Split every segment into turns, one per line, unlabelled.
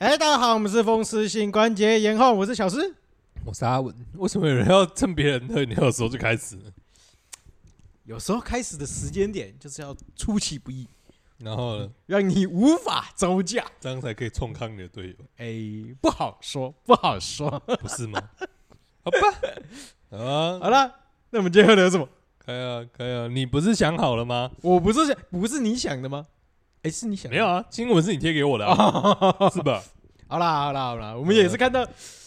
嗨，哎大家好，我们是风湿性关节炎后，我是小诗。
我是阿文，为什么有人要趁别人喝饮料的时候就开始？
有时候开始的时间点就是要出其不意，
然后呢，
让你无法招架。
这样才可以冲康你的队友，
哎、不好说，不好说。
不是吗？ 好吧，好啊，
好了，那我们今天要聊什么？
开啊开啊！你不是想好了吗？
我不是想，不是你想的吗？哎、是你想的
没有啊，新闻是你贴给我的、啊，
吗？
是吧？
好啦，好啦，好啦，我们也是看到，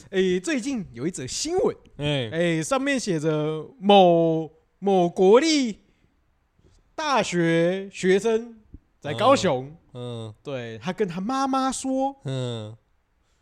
哎、最近有一则新闻，
哎、
哎、上面写着某某国立大学学生在高雄，
嗯
对他跟他妈妈说，
嗯，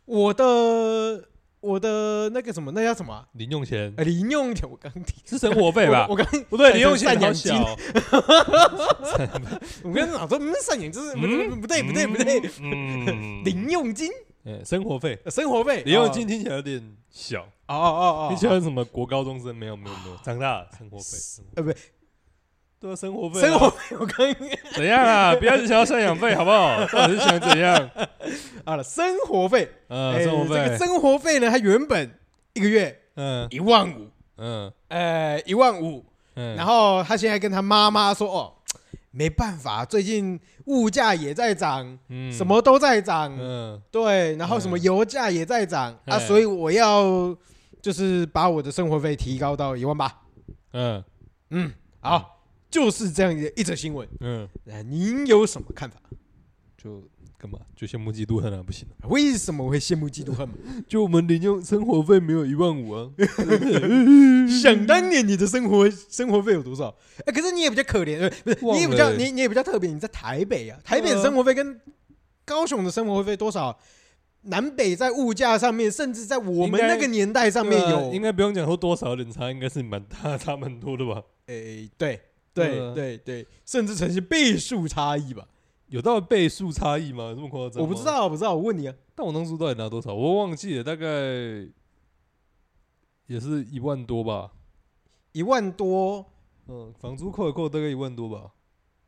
我的我的那个什么，那叫什么啊、
零用钱
哎零用钱，我刚提
是生活费吧
我？我刚
不对，
改成
零用钱
赡养
好小哦，
我刚脑中嗯赡养就是不对
嗯
不对不对不对，，
嗯，
零用金
哎生活费，
呃生活费
零用金听起来有点小，
哦 哦哦
听起来
哦，
像什么国高中生没有没有没有，长大了生 活费，
呃不
对啊，生活费啊，
生活费我刚
怎样啊？不要只想要赡养费，好不好？到底是想怎 样？
啊生活 费
嗯，
哎
生活
这个
费，
生活费呢，它原本一个月
嗯
一万五，
嗯
呃一万五，
嗯，
然
后
后他现在跟他妈妈说哦。没办法，最近物价也在涨，什么都在涨，
嗯
对，然后什么
嗯
油价也在涨、啊，
嘿
所以我要就是把我的生活费提高到一万八。
嗯
嗯，好，就是这样的一则新闻。
嗯，
那您有什么看法？
就干嘛？就羡慕嫉妒恨啊，不行啊！
为什么会羡慕嫉妒 恨吗？
就我们零用生活费没有一万五 啊，
想当年你的生活生活费有多少？哎，可是你也比较可怜，呃不是？
忘
你也
了
比较
欸
你你也比较特别，你在台北啊，台北的
对啊
生活费跟高雄的生活费多少？南北在物价上面，甚至在我们
应该
那个年代上面
对啊应
有，
该不用讲说多少，有点差应该是蛮大，差蛮多的吧？
哎，对对
对啊
对对，甚至呈现倍数差异吧。
有到倍数差异吗？有这么夸张？
我不知，道，我不知道，我问你啊，
但我当初到底拿多少？我忘记了，大概也是一万多吧。
一万多
嗯，房租扣一扣大概一万多吧。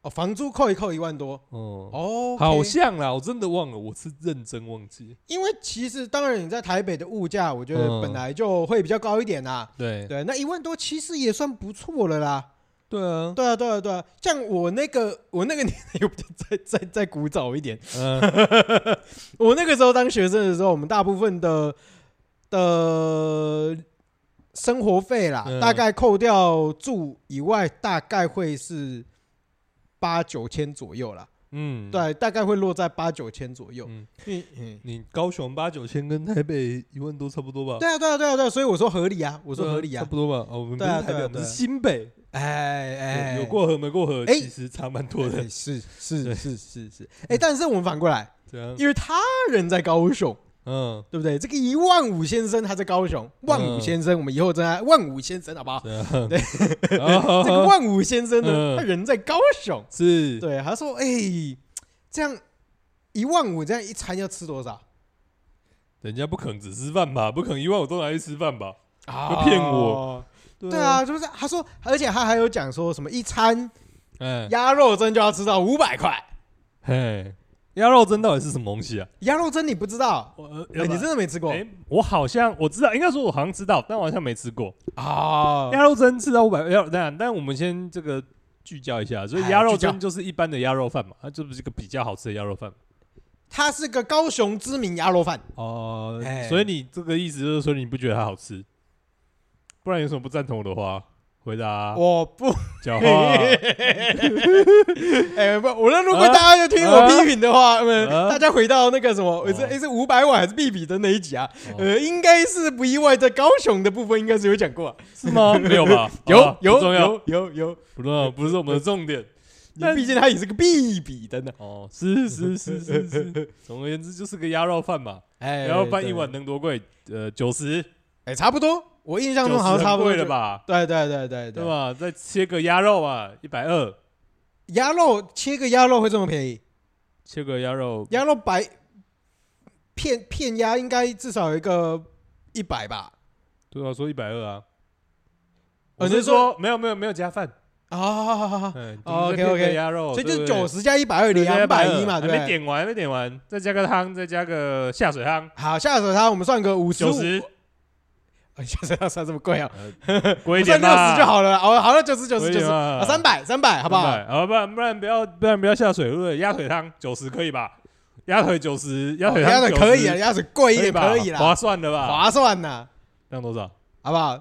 哦，房租扣一扣一万多
哦，
哦，
好像啦，我真的忘了，我是认真忘记。
因为其实当然你在台北的物价，我觉得
嗯
本来就会比较高一点啦。
对啊
对，那一万多其实也算不错了啦。
对啊，
对啊，对啊，对啊，像我那个我那个年代 又比较再再再古早一点，
嗯
我那个时候当学生的时候，我们大部分的的生活费啦，
嗯
大概扣掉住以外，大概会是八九千左右啦。
嗯，
对，啊大概会落在八九千左右。
嗯，
嗯嗯，
你高雄八九千跟台北一万多差不多吧？
对啊，对啊，对啊，对啊，所以我说合理啊，我
我
说合理
嗯差
啊
不。多吧。哦，我们不
对
是
啊
台
对啊
北，我们
对
是
啊
新北，
哎哎，
有有过河没过河，
哎
其实差蛮多的
哎。是是
对嗯
是是是。哎，但是我们反过来，
这样，
因为他人在高雄，
嗯，
对不对？这个一万五先生他在高雄，万五
嗯
先生，我们以后再来万五先生好不好？
这样， 哦
对 这个
对，
万五先生呢，
嗯
他人在高雄，
是，
对，他说，哎，这样一万五这样一餐要吃多少？
人家不肯只吃饭吧？不肯一万我都拿去吃饭吧？
啊
骗我。
对，啊，就是他说，而且他还有讲说什么一餐
哎
鸭肉蒸就要吃到五百块，
嘿，鸭肉蒸到底是什么东西啊？
鸭肉蒸你不知道，
我呃
哎，你真的没吃过哦
哎、我好像我知道，应该说我好像知道，但我好像没吃过
啊？
鸭肉蒸，吃到五百要但但我们先这个聚焦一下，所以
哎
鸭肉
聚焦
蒸就是一般的鸭肉饭嘛，它这不是一个比较好吃的鸭肉饭
它是个高雄知名鸭肉饭，
哦、
哎
所以你这个意思就是说你不觉得它好吃，不然有什么不赞同我的话？回答啊
我不，
讲话，啊
哎不，我那如果大家要听我
啊
批评的话，呃，
啊
大家回到那个什么，
哦
是哎是五百碗还是必比的那一集啊？
哦
呃，应该是不意外，在高雄的部分应该是有讲过啊，
是吗？没有吧？好
有
吧
有
哦不重要，
有有有，
不重要，不是我们的重点。
那毕竟它也是个必比的呢。
哦，是是是 是是，总而言之就是个鸭肉饭嘛，
哎，
鸭肉饭一
对
碗，能多贵？呃，九十。
哎，差不多，我印象中好像差不多
贵了？吧？
对对对对
对
对，
吧？再切个鸭肉啊，一百二，
鸭肉切个鸭肉会这么便宜？
切个鸭肉，
鸭肉白片片鸭应该至少有一个一百吧？
对啊，说一百二啊。
哦
我
你是
是说没有没有没有加饭，
啊，
嗯
OK，OK
鸭肉，
所以
对
就
不对
九十加一百二，两百一嘛，
还
对
没
不对？
点完，还没点完，再加个汤，再加个下水汤，
好，下手他我们算个五十
九
五，
十，
哎下手他算这么贵哦，
贵
我
一
算
点
六十就，好了啦。哦，好了，九十九十九十，
啊
啊，三百三百，好不好？
啊，不然不然不要不然不要下水路了，鸭腿汤九十可以吧？鸭腿九十，鸭腿
哦鸭腿
汤90
可以啊，，鸭腿贵一
可以
点
吧
可以啦，
划算的吧？
划算呐，
这样多少？
好不好？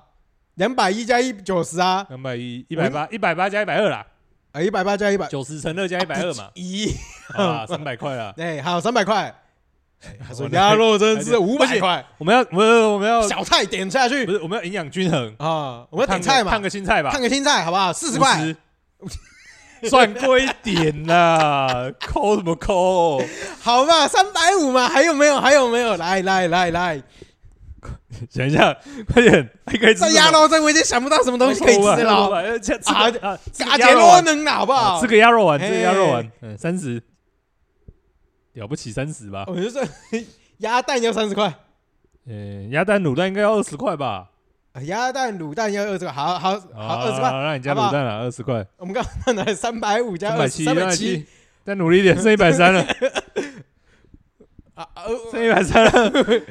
两百一加一九十啊，
两百一，一百八，一百八加一百二啦，
啊，一百八加一百
九十乘二加一百 二嘛，
一，
啊，三百 块啦。
哎，好，三百块。他
哎我哎
说
们
鸭肉真的是五
而且
百块，
我们要，我们我们要
小菜点下去
哦不是我们要营养均衡，
啊，我
我
们要点菜
烫
嘛，
个青菜吧，
烫个青菜好不好？四十块，
50，算贵一点啦，抠什么抠？
好吧，三百五嘛，还有没有？还有没有？来来来来，
想一下，快点，还可以吃
这鸭肉这我已经想不到什么东西可以吃了，
了，吃
啊
啊，
嘎
鸭
杰
肉
罗
丸
能了好不
啊
好
吃？个鸭肉丸，
嘿
吃个鸭肉丸，嗯，三十，了不起三十吧？
我就说 鸭蛋要三十块，
嗯，鸭蛋卤蛋应该要二十块吧？
啊鸭蛋卤蛋要二十块，好好好二十块。
啊，让你加
好不好
卤蛋了，二十块，
我们刚刚拿了三百五加
三
二
百
十，
七，
三
三
百
百
七
七，再努力一点，剩一百三了，
啊，呃
剩一百三了，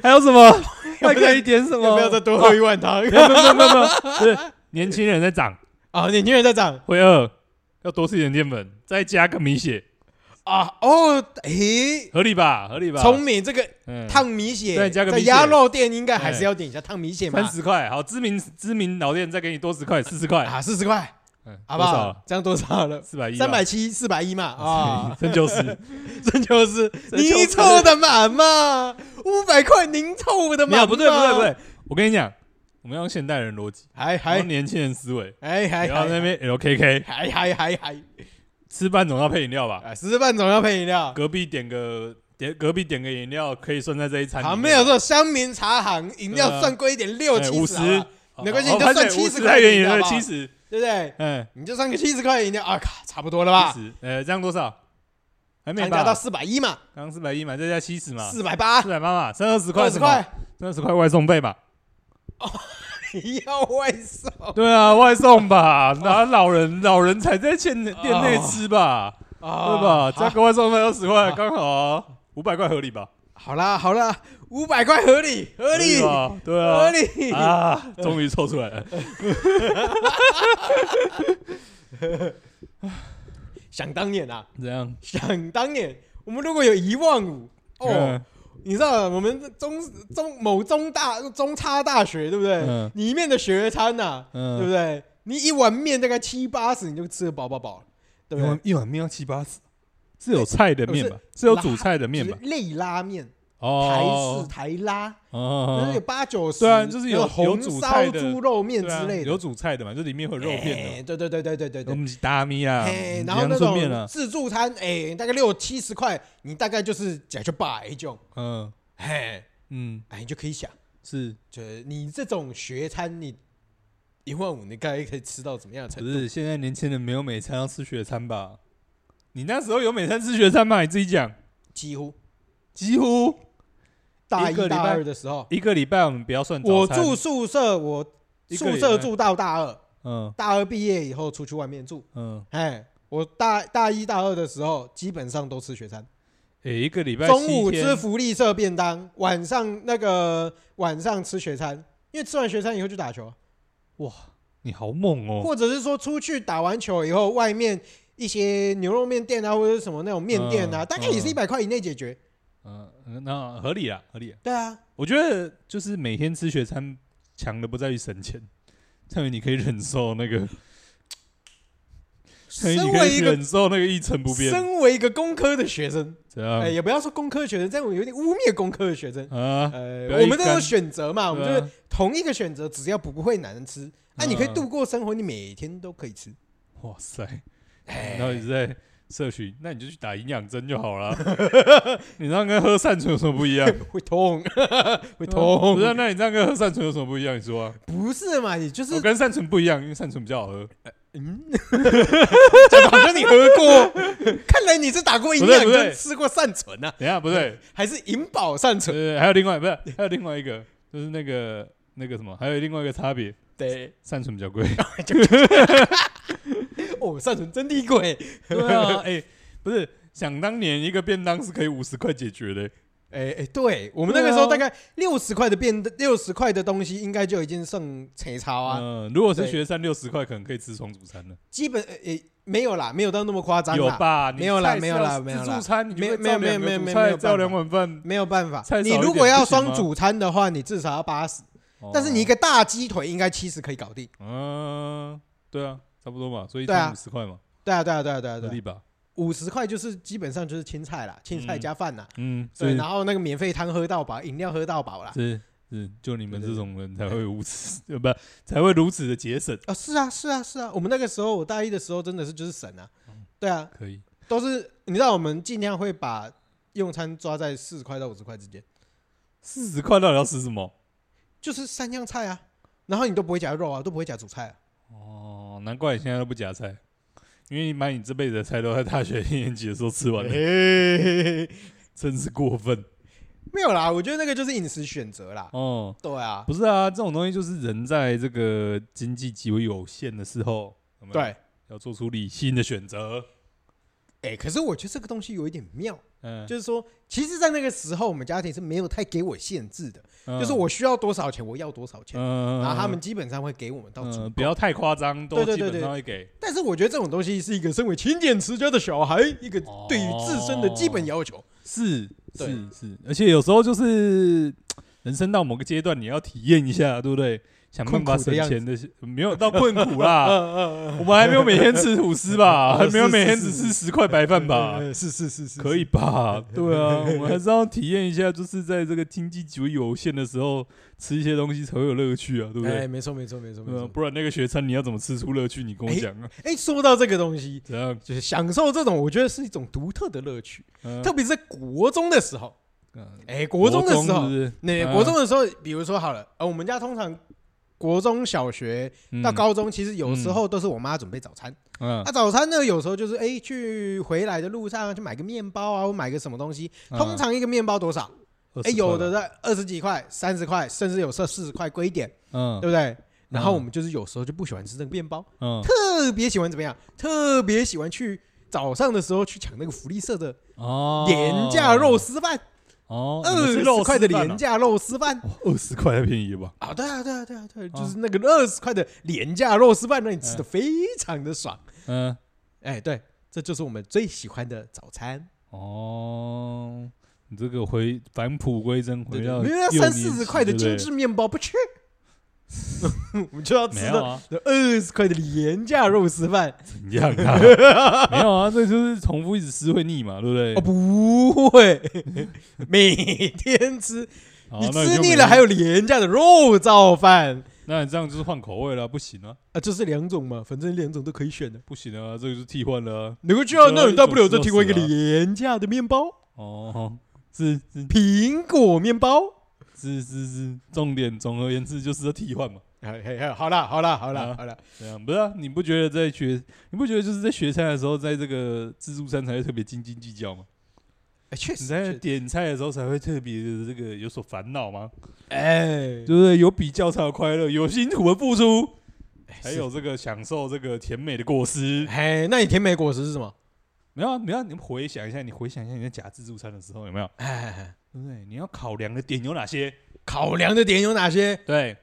还有什么？
要
还
不要
可以点什么？
要不要再多喝一碗汤？
没有没有没有没有，不是年轻人在长，
啊，你永远在涨
会饿，要多吃一点淀粉，再加个米血，
啊！哦，诶，
合理吧？合理吧？
聪明，这个
嗯
烫米
对
血，
加个
在
米血
鸭肉店应该还是要点一下烫米血
三
嘛，
十块，好，知名知名老店再给你多十块，四十块，
啊，四十块，
嗯，
好不好？这样多少了？
四百一，啊
三百七、四百一嘛， 啊，
乘九十，
这就是
这就是
您凑的满嘛，五百块您凑的满嘛，
没有，不对不对不对，我跟你讲，我们要用现代人逻辑，
还
还
还
用年轻人思维，
还还
然后那
还
边 LKK
还还还还
吃饭总要配饮料吧？
啊，十饭总要配饮料，
隔壁点个点，隔壁点个饮料可以算在这一餐里面。
旁边有说香民茶行饮
对
料
啊
算贵一点，六七
五
十
十哦
好不好，没关系你就算70
太原饮料
块
七十，
对不对？
嗯，
你就算个七十块的饮料啊，靠差不多了吧
七？十，呃，这样多少？还没
涨价到
吧？
四百一嘛，
刚四百一嘛，再加七十嘛，
四百八
四，百八嘛，剩二十块，
二十块，
剩二十块外送费嘛。
要外送。
对啊，外送吧，
哦
拿老人老人才在店内店内吃吧，对吧？
啊
加个外送费二十块，
好
刚好啊，五百块合理吧？
好啦好啦，五百块合理合理
吧？对
合
啊，
理
啊，终于抽出来了。
想当年啊，
怎样？
想当年，我们如果有一万五哦，
嗯，
你知道我们中中某中大中差大学对不对
嗯？
里面的学餐呐，对不
嗯，
对？你一碗面大概七八十，你就吃的饱饱饱了，对
一
不
碗
对？
一碗面要七八十，是有菜的面吧？是有主菜的面吧
就？是类拉面、台
哦
式，台拉，就是有
哦，
八九十，
对啊就是有
然后
有
红
主
烧
菜的
猪肉面
对啊
之类的，
有主菜的嘛，就里面会有肉片
哎对对对对对对
的，
对。
我们是大米啊，
嘿，然后
阳
那
春面啊
种，自助餐，哎，大概六七十块，你大概就是假就把一种，
嗯
嘿，
嗯，
哎，你就可以想，
是
就是你这种学餐，你一万五，你大概可以吃到怎么样的程
不
度？
是？现在年轻人没有每餐要吃学餐吧？你那时候有每餐吃学餐吗？你自己讲，
几乎
几乎
大
一个
一
礼
大
拜
二的时候，
一个礼拜我们不要算早
我
餐
住宿舍，我
一个
宿
礼
舍
拜
住到大二，
嗯
大二毕业以后出去外面住，
嗯，
哎，我大大一大二的时候，基本上都吃学餐。
诶，一个礼拜
中午
七天
吃福利社便当，晚上那个晚上吃学餐，因为吃完学餐以后去打球，
哦你好猛哦！
或者是说出去打完球以后，外面一些牛肉面店啊，或者是什么那种面店啊，
嗯
大概也是
嗯
一百块以内解决。
嗯，那合理啊，合理啊。
对啊，
我觉得就是每天吃学餐，强的不在于省钱，在于你可以忍受那个，在于
身
哎你可
为
以
一个
忍受那个一成不变，嗯
身为一个工科的学生，
怎
哎、
样
也不要说工科学生，这样我有点污蔑工科的学生。
啊？
呃
不要，一
我们都有
竿
选择嘛，我们就是
对啊
同一个选择，只要不会难吃，那、你可以
嗯
度过生活，你每天都可以吃。
哇塞，
哎
然后你是在社群，那你就去打营养针就好了。 你这样跟喝善存有什么不一样？
会痛， 会
不
痛
是啊，，那你这样跟喝善存有什么不一样？你说啊，
不是嘛？你就是
我跟善存不一样，因为善存比较好喝。
嗯， 讲得好像你喝过，看来你是打过营养
不对不
针，
对
吃过善存啊，
等一下不对，
还是银保善存？
呃，还有另外不是，还有另外一个，就是那个
啊
那个什么，还有另外一个差别，
对，
善存比较贵。
哦，善存真厉鬼，
对啊，哎、不是，想当年一个便当是可以五十块解决的、欸
哎哎，对我们那
对
个时
啊
候大概六十块的便六十块的东西，应该就已经剩钱超啊，
嗯，如果是
对
学生，六十块可能可以吃双主餐了。
基本呃诶没有啦，没有到那么夸张
有
啦，
吧？你
没有啦
菜是
没有啦
要
没有啦
自助餐你就
没有
会照
没有
两
没有
个
没
主
有
菜
没有
照两碗饭。
没有办法
菜。少一
你
点
如果要
不行吗
双主餐的话，你至少要八十，但是你一
哦，
个大鸡腿应该七十可以搞定。
嗯，对啊，差不多嘛，所以一
对啊
餐五十块嘛，
对啊对啊对啊对啊
合
对
理
啊，
吧？
五十块就是基本上就是青菜啦，青菜
嗯
加饭啦，
嗯，所
对，
以
然后那个免费汤喝到饱，饮料喝到饱啦。
是是，就你们
对
这
对
种人才会如此，呃不才会如此的节省。
啊，是啊，是啊，是啊，我们那个时候，我大一的时候真的是就是省啊，
嗯
对啊，
可以，
都是你知道，我们尽量会把用餐抓在四十块到五十块之间，
四十块到底要吃什么？
就是三样菜啊，然后你都不会夹肉啊，都不会夹主菜啊，
哦，难怪你现在都不夹菜，因为你把你这辈子的菜都在大学一年级的时候吃完了，真是过分。
没有啦，我觉得那个就是饮食选择啦，
哦，
对啊，
不是啊，这种东西就是人在这个经济极为有限的时候，有没有
对，，
要做出理性的选择。
哎，可是我觉得这个东西有一点妙，
嗯，
就是说，其实，在那个时候，我们家庭是没有太给我限制的，
嗯
就是，我需要多少钱，我要多少钱，
嗯
然后他们基本上会给我们到足
嗯，
够
不要太夸张，都
对对
基本
对
上会给。
但是我觉得这种东西是一个身为勤俭持家的小孩一个
哦
对于自身的基本要求。
是
对
是是，而且有时候就是人生到某个阶段，你要体验一下，对不对？想办法
困苦
省
的样
钱的，没有到困 苦啦。
嗯嗯
我们还没有每天吃吐司 吧，
哦
还没有
是是
每天只
是
吃十块白饭
嗯
吧，
呃是是是是，
可 以吧？对啊，我们还是要体验一下，就是在这个经济极为有限的时候，吃一些东西才会有乐趣啊，对
是，
不
哎，
对？
没错没错没错没
对啊
错。
不然那个学餐你要怎么吃出乐趣？你跟我
哎
讲啊，
哎，说到这个东西，
怎样？
就是享受这种，我觉得是一种独特的乐趣，
嗯
特别是在国中的时候。
嗯
哎，国中的时
是不
候，
是
那
嗯
国中的时候，比如说好了，呃，我们家通常国中小学到
嗯
高中，其实有时候都是我妈准备早餐。
嗯
啊，早餐呢，有时候就是哎，去回来的路上去买个面包啊，或买个什么东西。
啊
通常一个面包多少？哎，有的在二十几块、三十块，甚至有时候四十块贵一点，
嗯
对不对？然后我们就是有时候就不喜欢吃那个面包，
嗯
特别喜欢怎么样？特别喜欢去早上的时候去抢那个福利社的
哦，
廉价肉丝饭，
哦，你
二
们
十
吃肉
块的
丝饭哦
廉，价肉丝饭
哦二十块还便宜吧？
啊！对啊，对啊，对啊，对啊，
哦
就是那个二十块的廉价肉丝饭，让你吃的非常的爽。
嗯，
哎，对，这就是我们最喜欢的早餐。
哦，你这个回返璞归真，
对
回
对，
到
没有
幼
三
年
四十
期
块的
对不
精致面包不吃，我们就要
对
吃
没
的
有啊？
二十块的廉价肉丝饭，
怎样啊？ 没有啊，这就是重复一直吃会腻嘛，对不对
哦，？不会， 每天吃，
好
你
那就
吃
没
腻了还有廉价的肉燥饭
那你这样就是换口味了，不行啊，
啊，就是两种嘛，反正两种都可以选的。
不行啊，这个就是替换了啊。
能够这样，那你大不了再提供一个
对啊
廉价的面包，
哦，是是
苹果面包。
是是是，重点总而言之就是要替换嘛。
哎哎哎，好啦好啦好
啊
啦好啦，
对啊，不是啊，你不觉得在学，你不觉得就是在学餐的时候，在这个自助餐才会特别斤斤计较吗？
哎，确
你
实，
在
确实
点菜的时候才会特别的这个有所烦恼吗？
哎，
就是有比较才有快乐，有辛苦的付出，还
是
有这个享受这个甜美的果实。
哎，那你甜美果实是什么？
没有、啊，没有、啊，你们回想一下，你回想一下你在夹自助餐的时候有没有？
哎哎，哎
对不对？你要考量的点有哪些？
考量的点有哪些？
对，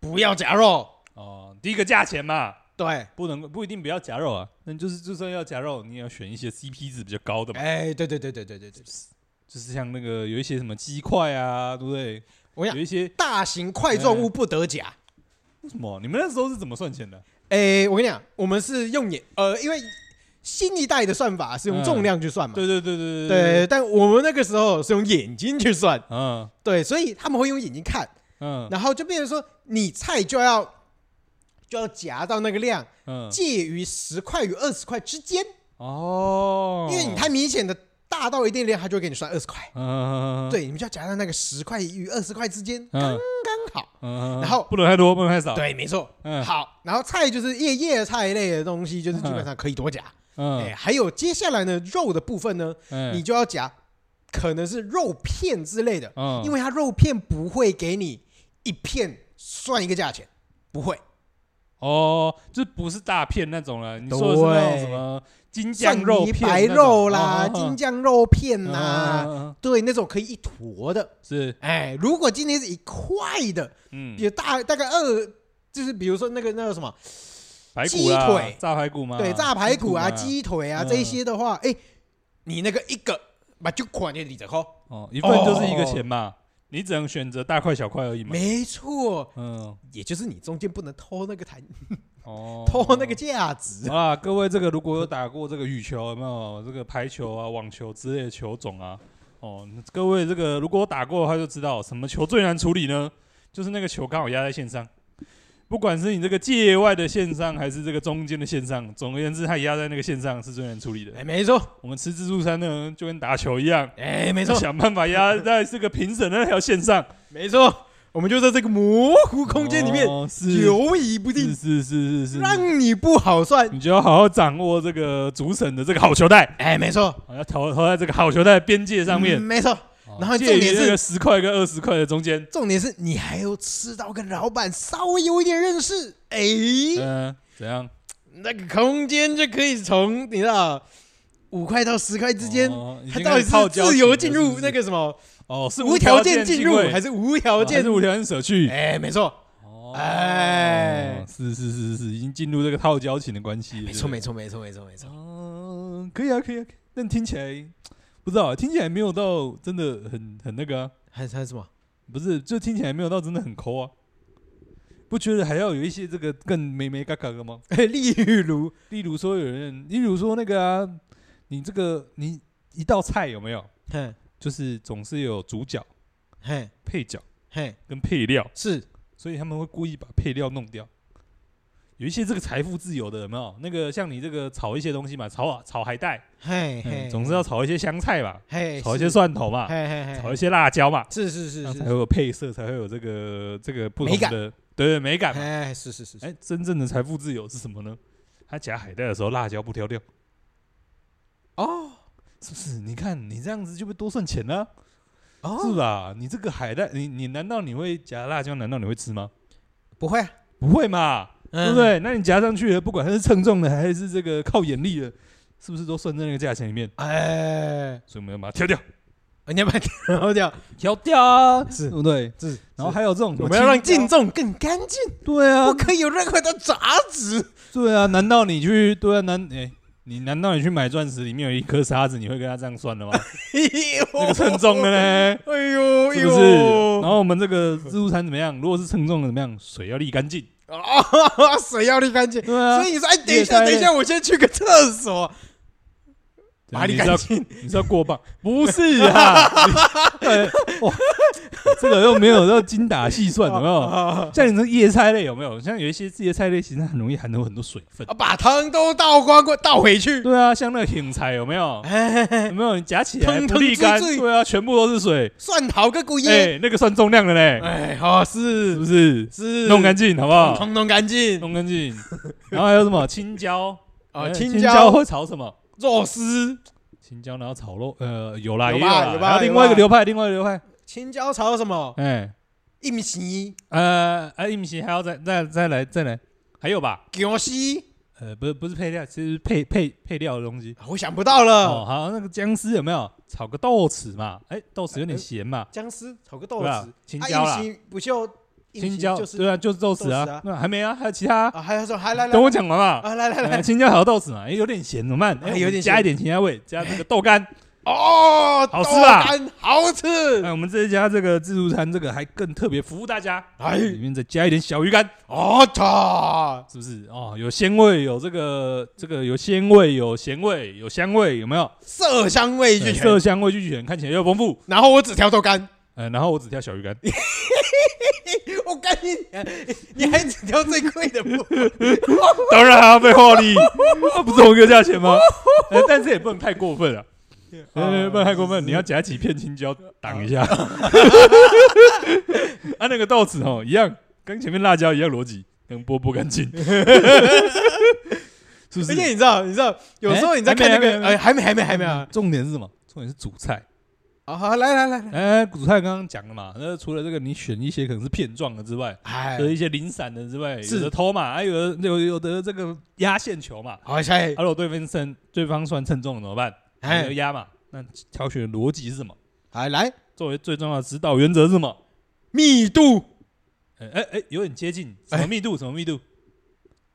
不要夹肉。
哦、第一个价钱嘛，
对，
不能不一定不要夹肉啊，那你就是就算要夹肉，你也要选一些 CP 值比较高的嘛，
哎，对对对对对对对，
就是像那个有一些什么鸡块啊，对不对？
我
有
想
一些
大型块状物不得夹。
为什么？你们那时候是怎么算钱的？
哎，我跟你讲，我们是用眼，呃，因为新一代的算法是用重量去算嘛。
对对对对
嗯对，，但我们那个时候是用眼睛去算，
嗯
对，所以他们会用眼睛看，
嗯
然后就变成说你菜就要就要夹到那个量，
嗯，
介于十块与二十块之间，
哦，
因为你太明显的大到一定量，他就会给你算二十块，
嗯，嗯，
对，你们就要夹到那个十块与二十块之间，
嗯
刚刚好。
嗯，
然后
不能太多，不能太少，，
对，没错。
嗯
好，然后菜就是叶叶菜类的东西，就是基本上可以多夹。哎，
嗯，
还有接下来呢，肉的部分呢，
哎
你就要夹，可能是肉片之类的，
嗯，
因为它肉片不会给你一片算一个价钱，不会。
哦，就不是大片那种了。你说的是那种什么京酱肉片、哦
白肉啦、
金
京酱肉片啦、
啊，
对，那种可以一坨的。
是，
哎，如果今天是一块的，
嗯，
比如大大概二，就是比如说那个那个什么，
排
鸡
骨啦
腿
炸排骨吗？
对，炸排骨啊、
嗯鸡
鸡腿啊
嗯
这一些的话，哎，你那个一个把就款就你折扣，
哦，一份就是一个钱嘛，你只能选择大块小块而已嘛。
没错，
嗯，
也就是你中间不能偷那个谈
哦，
偷那个价值。
好啦，各位，这个如果有打过这个羽球，有没有这个排球啊、网球之类的球种啊？哦，各位，这个如果有打过的话，就知道什么球最难处理呢？就是那个球刚好压在线上，不管是你这个界外的线上，还是这个中间的线上，总而言之，它压在那个线上是最难处理的。
哎，没错，
我们吃自助餐呢，就跟打球一样，
哎，没错，
想办法压在这个评审的那条线上，
没错，我们就在这个模糊 空间里面
哦是
游移不
是
定，
是是是是，
让你不好算。
你就要好好掌握这个主审的这个好球带。
哎，没错，
好要投投在这个好球带的边界上面哦
嗯，没错。然后
介
重
于
点
这
是
个，十块跟二十块的中间。
重点是你还有吃到跟老板稍微有一点认识，哎，
嗯，怎样？
那个空间就可以从你知道五块到十块之间，
哦已
它
经
到
开
底
始套
是
交集了
自由进
是
入
不是
那个什么
哦，是
无条
条
件进入，还
是
是无条
哦还
件
是？无条件舍去？
哎，没错，
哦
哎
是是是是，已经进入这个套交情的关系了。
没错，
对
哎没错，没错，没错，没错
不对。哦，可以啊，可以啊，可以但听起来不知道啊，听起来没有到真的很很那个啊，
还还有什么？
不是，就听起来没有到真的很抠啊。不觉得还要有一些这个更没没嘎嘎的吗？
例如，
例如说有人，例如说那个啊，你这个你一道菜有没有？
嘿，
就是总是有主角、
嘿，
配角
嘿，
跟配料，
是
所以他们会故意把配料弄掉。有一些这个财富自由的有没有？那个像你这个炒一些东西嘛，炒啊炒海带，
嘿
嗯
嘿，
总是要炒一些香菜嘛，
嘿
炒一
是
些蒜头嘛，
嘿嘿嘿，
炒一些辣椒嘛，
是是
这
是
样
是
才会，有配色，才会有这个这个不
美
同
感
的对对美感嘛。
哎，是是是，
哎，真正的财富自由是什么呢？他夹海带的时候辣椒不挑掉。
哦
是不是？你看你这样子就会多算钱呢、是
哦，
吧？你这个海带，你你难道你会夹辣椒？难道你会吃吗？
不会啊，
不会嘛，对
对
不？对？那你夹上去了，不管它是称重的还是这个靠眼力的，是不是都算在那个价钱里面？
哎，
所以我们要把它挑掉，
你要把它挑掉，
挑掉啊，
是
对不对？
是。
然后还有这种什么
我们要让
青椒
敬重更干净，
对啊
不，可以有任何的杂质。
对啊，难道你去对啊难哎、你难道你去买钻石里面有一颗沙子，你会跟他这样算 的吗？ 那个称重的呢？
哎呦，哎呦，
是不是？然后我们这个自助餐怎么样？如果是称重的怎么样？水要沥干净。
啊，水要沥干净。
对啊
所，以你说，哎，等一下，
越塞越
等一下，我先去个厕所，把你
你是
干
要
净。
你是要过磅？不是啊，你 哎哇，这个又没有要精打细算，有没有？
啊，
像你这叶菜类有没有？像有一些叶菜类，其实它很容易含有很多水分。
啊把汤都倒光光，倒回去。
对啊，像那个芹菜有没有？有没有？你夹起来
腾
不
腾
沥干，
坠坠
对啊，全部都是水。
蒜头个骨叶，
哎，那个算重量的嘞，
哎，好
是
是
不是？
是，
弄干净好不好？
通通干净。哦
弄干净。然后还有什么 青椒？
啊，
哎
青
青椒
椒
会炒什么？
肉丝，
青椒然后炒肉，呃，有啦，
有
也
吧
啦
有吧
还有另
有
外一
吧
个流派，另外一个流派，
青椒炒什么？
哎。
一米奇，
呃，呃，一米七还要再再再来再来，还有吧？
姜丝，
呃，不是不是配料，其实是配配配料的东西。
啊我想不到
哦，
了。
好，那个姜丝有没有炒个豆豉嘛？哎、豆豉有点咸嘛，
姜丝炒个豆
对
豉
吧，？青
啊，
椒啦，
硬皮不锈，硬
青
皮
椒，
就是
对啊，就是豆豉
豆豉啊
啊。那还没啊，还有其他，
啊，还有说还来来
等我讲完嘛。
啊，来来
呃
来，
青椒炒豆豉嘛，哎、有点咸，怎么办？哎、
哎
我
有
们
点
加
咸
一点其他味，加这个豆干。
哦，
好吃啊吧
豆干好吃。
哎、我们这一家这个自助餐，这个还更特别服务大家，
哎
里面再加一点小鱼干。
哦，操，
是不是？哦，有鲜味，有这个这个有鲜味，有咸味，有香味，有没有？
色香味俱
对
全
哎色。香味俱全，看起来又丰富。
然后我只挑豆干，
嗯、然后我只挑小鱼干，
我干你，你还只挑最贵的不？
当然啊，废话你，啊不是同一个价钱吗？呃但是也不能太过分啊，
哦
呃，不能太过分，你要夹几片青椒挡一下。 啊，那个豆豉哦，一样，跟前面辣椒一样逻辑，跟波波干净，是不
而
是？
且你知道，你知道，有时候你在看那个，
哎
呃，还没，还没，还没啊，
重点是什么？重点是主菜。
啊，好，来来来来，
哎，主菜刚刚讲了嘛，那除了这个你选一些可能是片状的之外，
哎
有，一些零散的之外，
是
有的偷嘛，还有的有有的这个压线球嘛，
好，下一
啊，，如果对方称对方算称重了怎么办？
哎
哎，压嘛，那挑选的逻辑是什么？
哎，来，
作为最重要的指导原则是什么？
密度
哎哎哎，有点接近，什么密度？什么密度？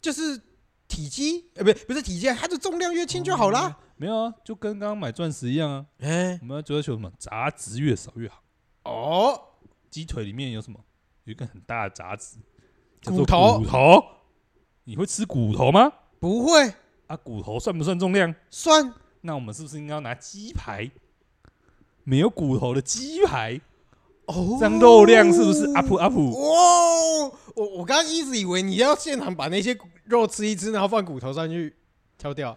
就是体积，呃，不，不是体积，它的重量越轻就好啦。
没有啊，就跟刚刚买钻石一样啊，
哎，
我们要追求什么？杂质越少越好。
哦，
鸡腿里面有什么？有一个很大的杂质，叫
骨
做
头
骨头，你会吃骨头吗？
不会
啊，骨头算不算重量？
算
那我们是不是应该要拿鸡排？没有骨头的鸡排，
哦，
这样肉量是不是 up up？
哇，我我刚刚一直以为你要现场把那些骨肉吃一吃，然后放骨头上去挑掉。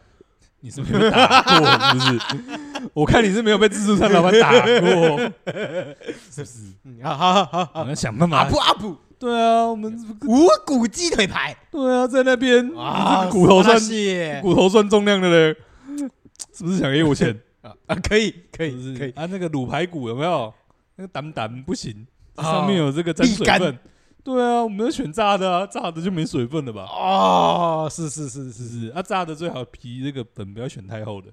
你是没有被打过，是不是？我看你是没有被自助餐老板打过，是不是？
嗯，好好好
我
好
们要想办法
，up。up，
对啊，我们
无骨鸡腿排
对啊，在那边
啊
你这个骨头算
谢
骨头算重量的嘞，是不是想给我钱？
啊，啊可以可
是不
以
是
可以，
啊，那个卤排骨有没有？那个胆胆不行，
啊
上面有这个沾
沥
水
干
分。对啊，我们要选炸的啊，炸的就没水分了吧？
哦，是是是
是
是
不，是？啊，炸的最好皮这个粉不要选太厚的，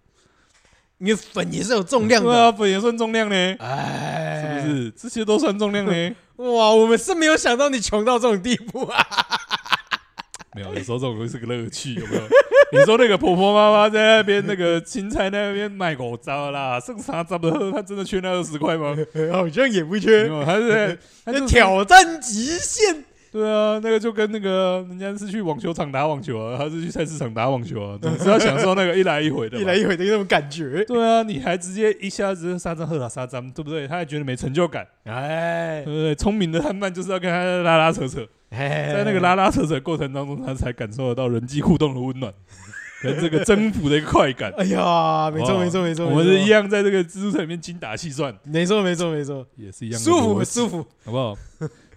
你的粉也是有重量
对
的，
啊，粉也算重量呢，
哎，
是不是？这些都算重 量呢。
哇，我们是没有想到你穷到这种地步 啊！
没有，有时候这种东西是个乐趣，有没 有？你说那个婆婆妈妈在那边那个青菜那边卖狗糟啦，剩啥糟的喝，她真的缺那二十 块吗？
好像也不
没
缺，
有，她 是在她
那
就
挑战极限
对啊，那个就跟那个人家是去网球场打网球啊，他是去菜市场打网球 啊，总是要享受那个一来一回的嘛。
一来一回的那种感觉。
对啊，你还直接一下子杀张赫拉杀张，对不对？他还觉得没成就感，
哎
对不对？聪明的汉曼就是要跟他拉拉扯扯，
哎，
在那个拉拉扯扯过程当中，他才感受得到人际互动的温暖， 跟这个征服的一个快感。
哎呀，没错
哦
没错没错，
我们是一
样，
样在这个蜘蛛城里面精打细算，
没错没错没错，
也是一样的
舒服
逻辑
舒服，
好 不好？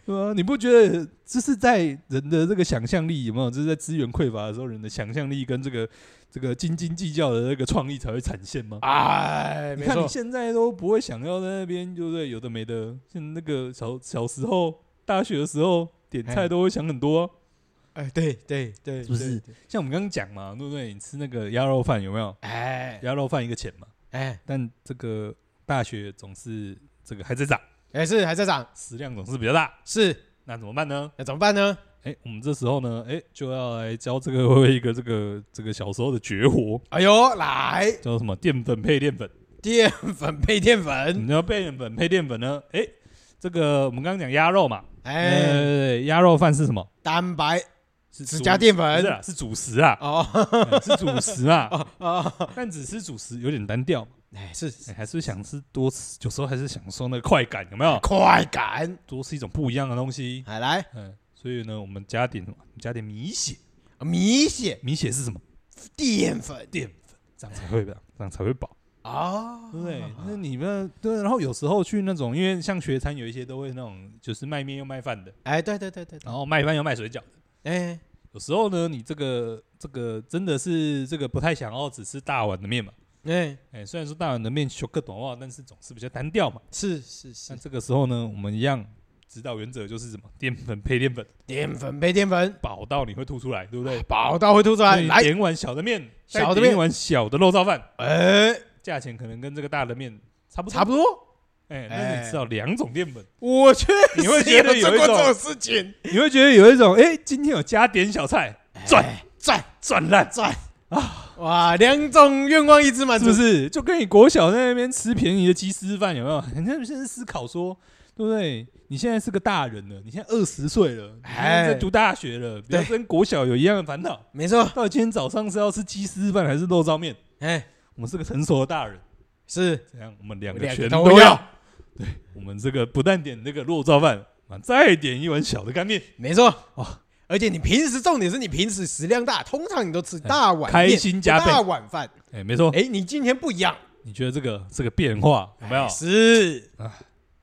对啊，你不觉得这是在人的这个想象力有没有？就是在资源匮乏的时候，人的想象力跟这个这个斤斤计较的那个创意才会产现吗？
哎，
你
没
看你
错，
现在都不会想要在那边，对不对？有的没的，像那个小小时候、大学的时候点菜
哎
都会想很多啊、
哎，对对对，
是不是
对？对
像我们刚刚讲嘛，对不对？你吃那个鸭肉饭有没有？
哎
鸭肉饭一个钱嘛，
哎
但这个大学总是这个还在涨，
哎，是还在涨，
食量总是比较大，
是
那怎么办呢？
那怎么办呢？
哎、我们这时候呢，哎、就要来教这个 会一个这个这个小时候的绝活，
哎呦，来
叫什么淀粉配淀粉。
淀粉配淀粉，
你要淀粉配淀粉呢？哎、这个我们刚刚讲鸭肉嘛，
哎，
哎，鸭肉饭是什么？
蛋白
是
只
主
加淀
不是
粉
啦，是主 食啊，
哦
哎是主 食啊。
哦，
但只吃主食有点单调，
哎是
哎还是想吃多吃，有时候还是享受那个快感，有没有？
快感，
多吃一种不一样的东西。
哎来
嗯，所以呢，我们加点什么？我们加点米血，
米血
米血是什么？
淀粉
淀粉，这样才会这样才会饱。
啊，
对不对？那你们对，然后有时候去那种，因为像学餐有一些都会那种，就是卖面又卖饭的，
哎对对对对，对
然后卖饭又卖水饺的。
哎
有时候呢，你这个这个真的是这个不太想要只吃大碗的面嘛？
哎
哎，虽然说大碗的面修个短袜，但是总是比较单调嘛。
是是是
那，这个时候呢，我们一样指导原则就是什么？淀粉配淀粉，
淀粉配淀粉，
饱到你会吐出来，啊对不对？
饱到会吐出
所
来，
以
来
点碗小的面，再
小的
点
面
一碗小的肉燥饭，
哎
价钱可能跟这个大的面差不多。
差不多，
哎，那
哎
你吃到两种淀粉。
我确
你会
实
觉得有
做
一
过这种
种
事情，
你会觉得有一种，哎、今天有加点小菜， 赚
哎赚
赚烂，
赚啊！哇，两种愿望一直满
是不
足，
是？就跟你国小在那边吃便宜的鸡丝饭有没 有？你现在思考说，对不对？哎你现在是个大人了，你现在二十岁了，你现在在读大学了，不要跟国小有一样的烦恼。
没错，
到底今天早上是要吃鸡丝饭还是肉燥面？
哎，
我们是个成熟的大人，
是
怎样？我们两个
两
全
个
都
都
要。对，我们这个不但点那个肉燥饭，啊再点一碗小的干面，
没错
哇
而且你平时重点是你平时食量大，通常你都吃大碗
哎开
面
心加倍
大碗饭。
哎、没错。
哎，你今天不一样，
你觉得这个这个变化有没有？
是，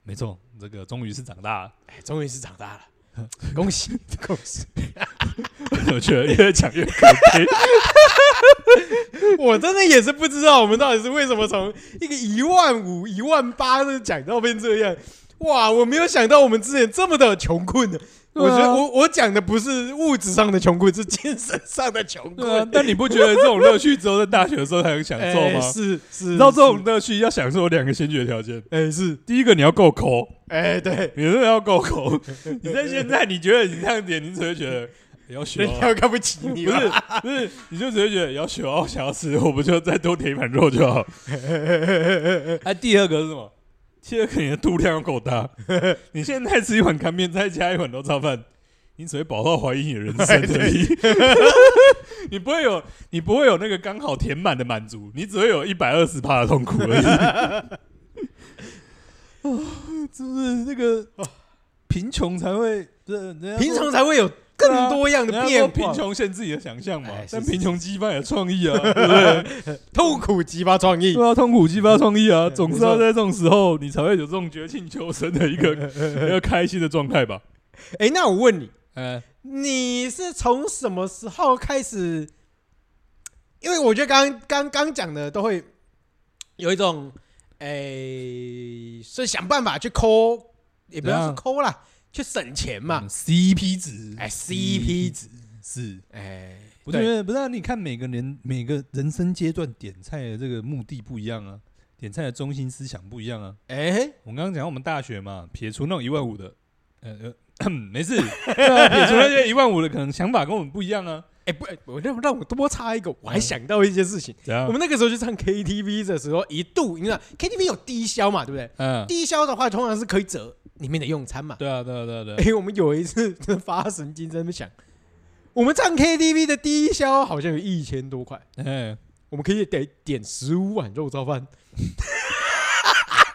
没错，这个终于是长 大了。
哎，终于是长 大了，恭喜恭喜！
我觉得越讲越可悲。
我真的也是不知道我们到底是为什么从一个一万五、一万八的讲到变这样。哇，我没有想到我们之前这么的穷困的。我觉
对
得
啊
我我讲的不是物质上的穷困，是精神上的穷
对 啊
困。，
但你不觉得这种乐趣只有在大学的时候才能享受
哎
吗？
是是，
你
你
知道这种乐趣要享受有两个先决条件，
哎是
第一个你要够抠，
哎 对，
你真的要够抠。你在现在你觉得你这样点，你只会觉得哎要学
人家看不起你
不
吧
是不是，你就只会觉得要求啊，我想要吃，我不就再多点一盘肉就好。哎、第二个是什么？第二个你的肚量要够大，你现在吃一碗干面，再加一碗肉燥饭，你只会饱到怀疑你的人生而已。 你不会有，你不会有那个刚好填满的满足，你只会有一百二十趴的痛苦而已。啊，就是那个贫穷才会，这
平常才会有更多样的
啊人家
变
说
化。
贫穷限制你的想象嘛
哎，是
但
是
贫穷激发你的创意啊，对不 对？
痛苦激发创意。
对啊，痛苦激发创意啊，
对
总是要在这种时候，你才会有这种绝境求生的一 个一个开心的状态吧？
哎，那我问你，
哎，
你是从什么时候开始？因为我觉得刚刚刚讲的都会有一种，哎、是想办法去抠，也不要
怎
说
样
抠啦，去省钱
啊嗯
嘛。
，CP E 值，
哎，CP
E 嗯
值
是。
哎、
我觉
对
得不是、啊，你看每个人每个人生阶段点菜的这个目的不一样啊，点菜的中心思想不一样啊。
哎、
我刚刚讲我们大学嘛，撇除那种一万五的，呃呃， 没事，对啊撇除那些一万五的，可能想法跟我们不一样啊。
哎、不，我让让我多插一个，我
嗯
还想到一件事情。
怎样
我？们那个时候去唱 KTV 的时候，一度你知道 KTV 有低消嘛，对不对？
嗯，
低消的话，通常是可以折里面的用餐嘛。
对啊，对啊，对啊，对啊
哎、，我们有一次真的发神经，在那边想，我们唱 KTV 的第一消好像有一千多块，
哎，
我们可以得点十五碗肉燥饭，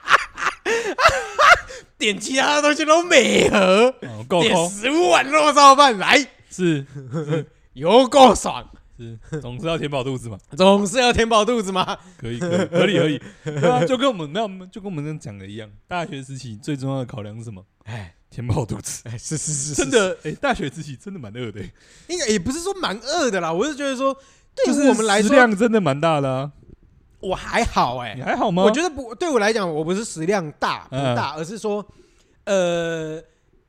点其他的东西都没合，
哦够
点
抠
十五碗肉燥饭来，
是
有够爽，
是，总是要填饱肚子嘛，
总是要填饱肚子嘛。
可以可以合理合理，对啊，就跟我们那就跟我们讲的一样，大学时期最重要的考量是什么？
哎
填饱肚子。
哎，是是是，
真，的，哎，大学时期真的蛮饿的，欸
应该也不是说蛮饿的啦，我是觉得说，
就
对
是
于我们来
食
说，
量真的蛮大的啊。
我还好哎、
你还好吗？
我觉得不对我来讲，我不是食量大不
嗯
大，而是说，呃，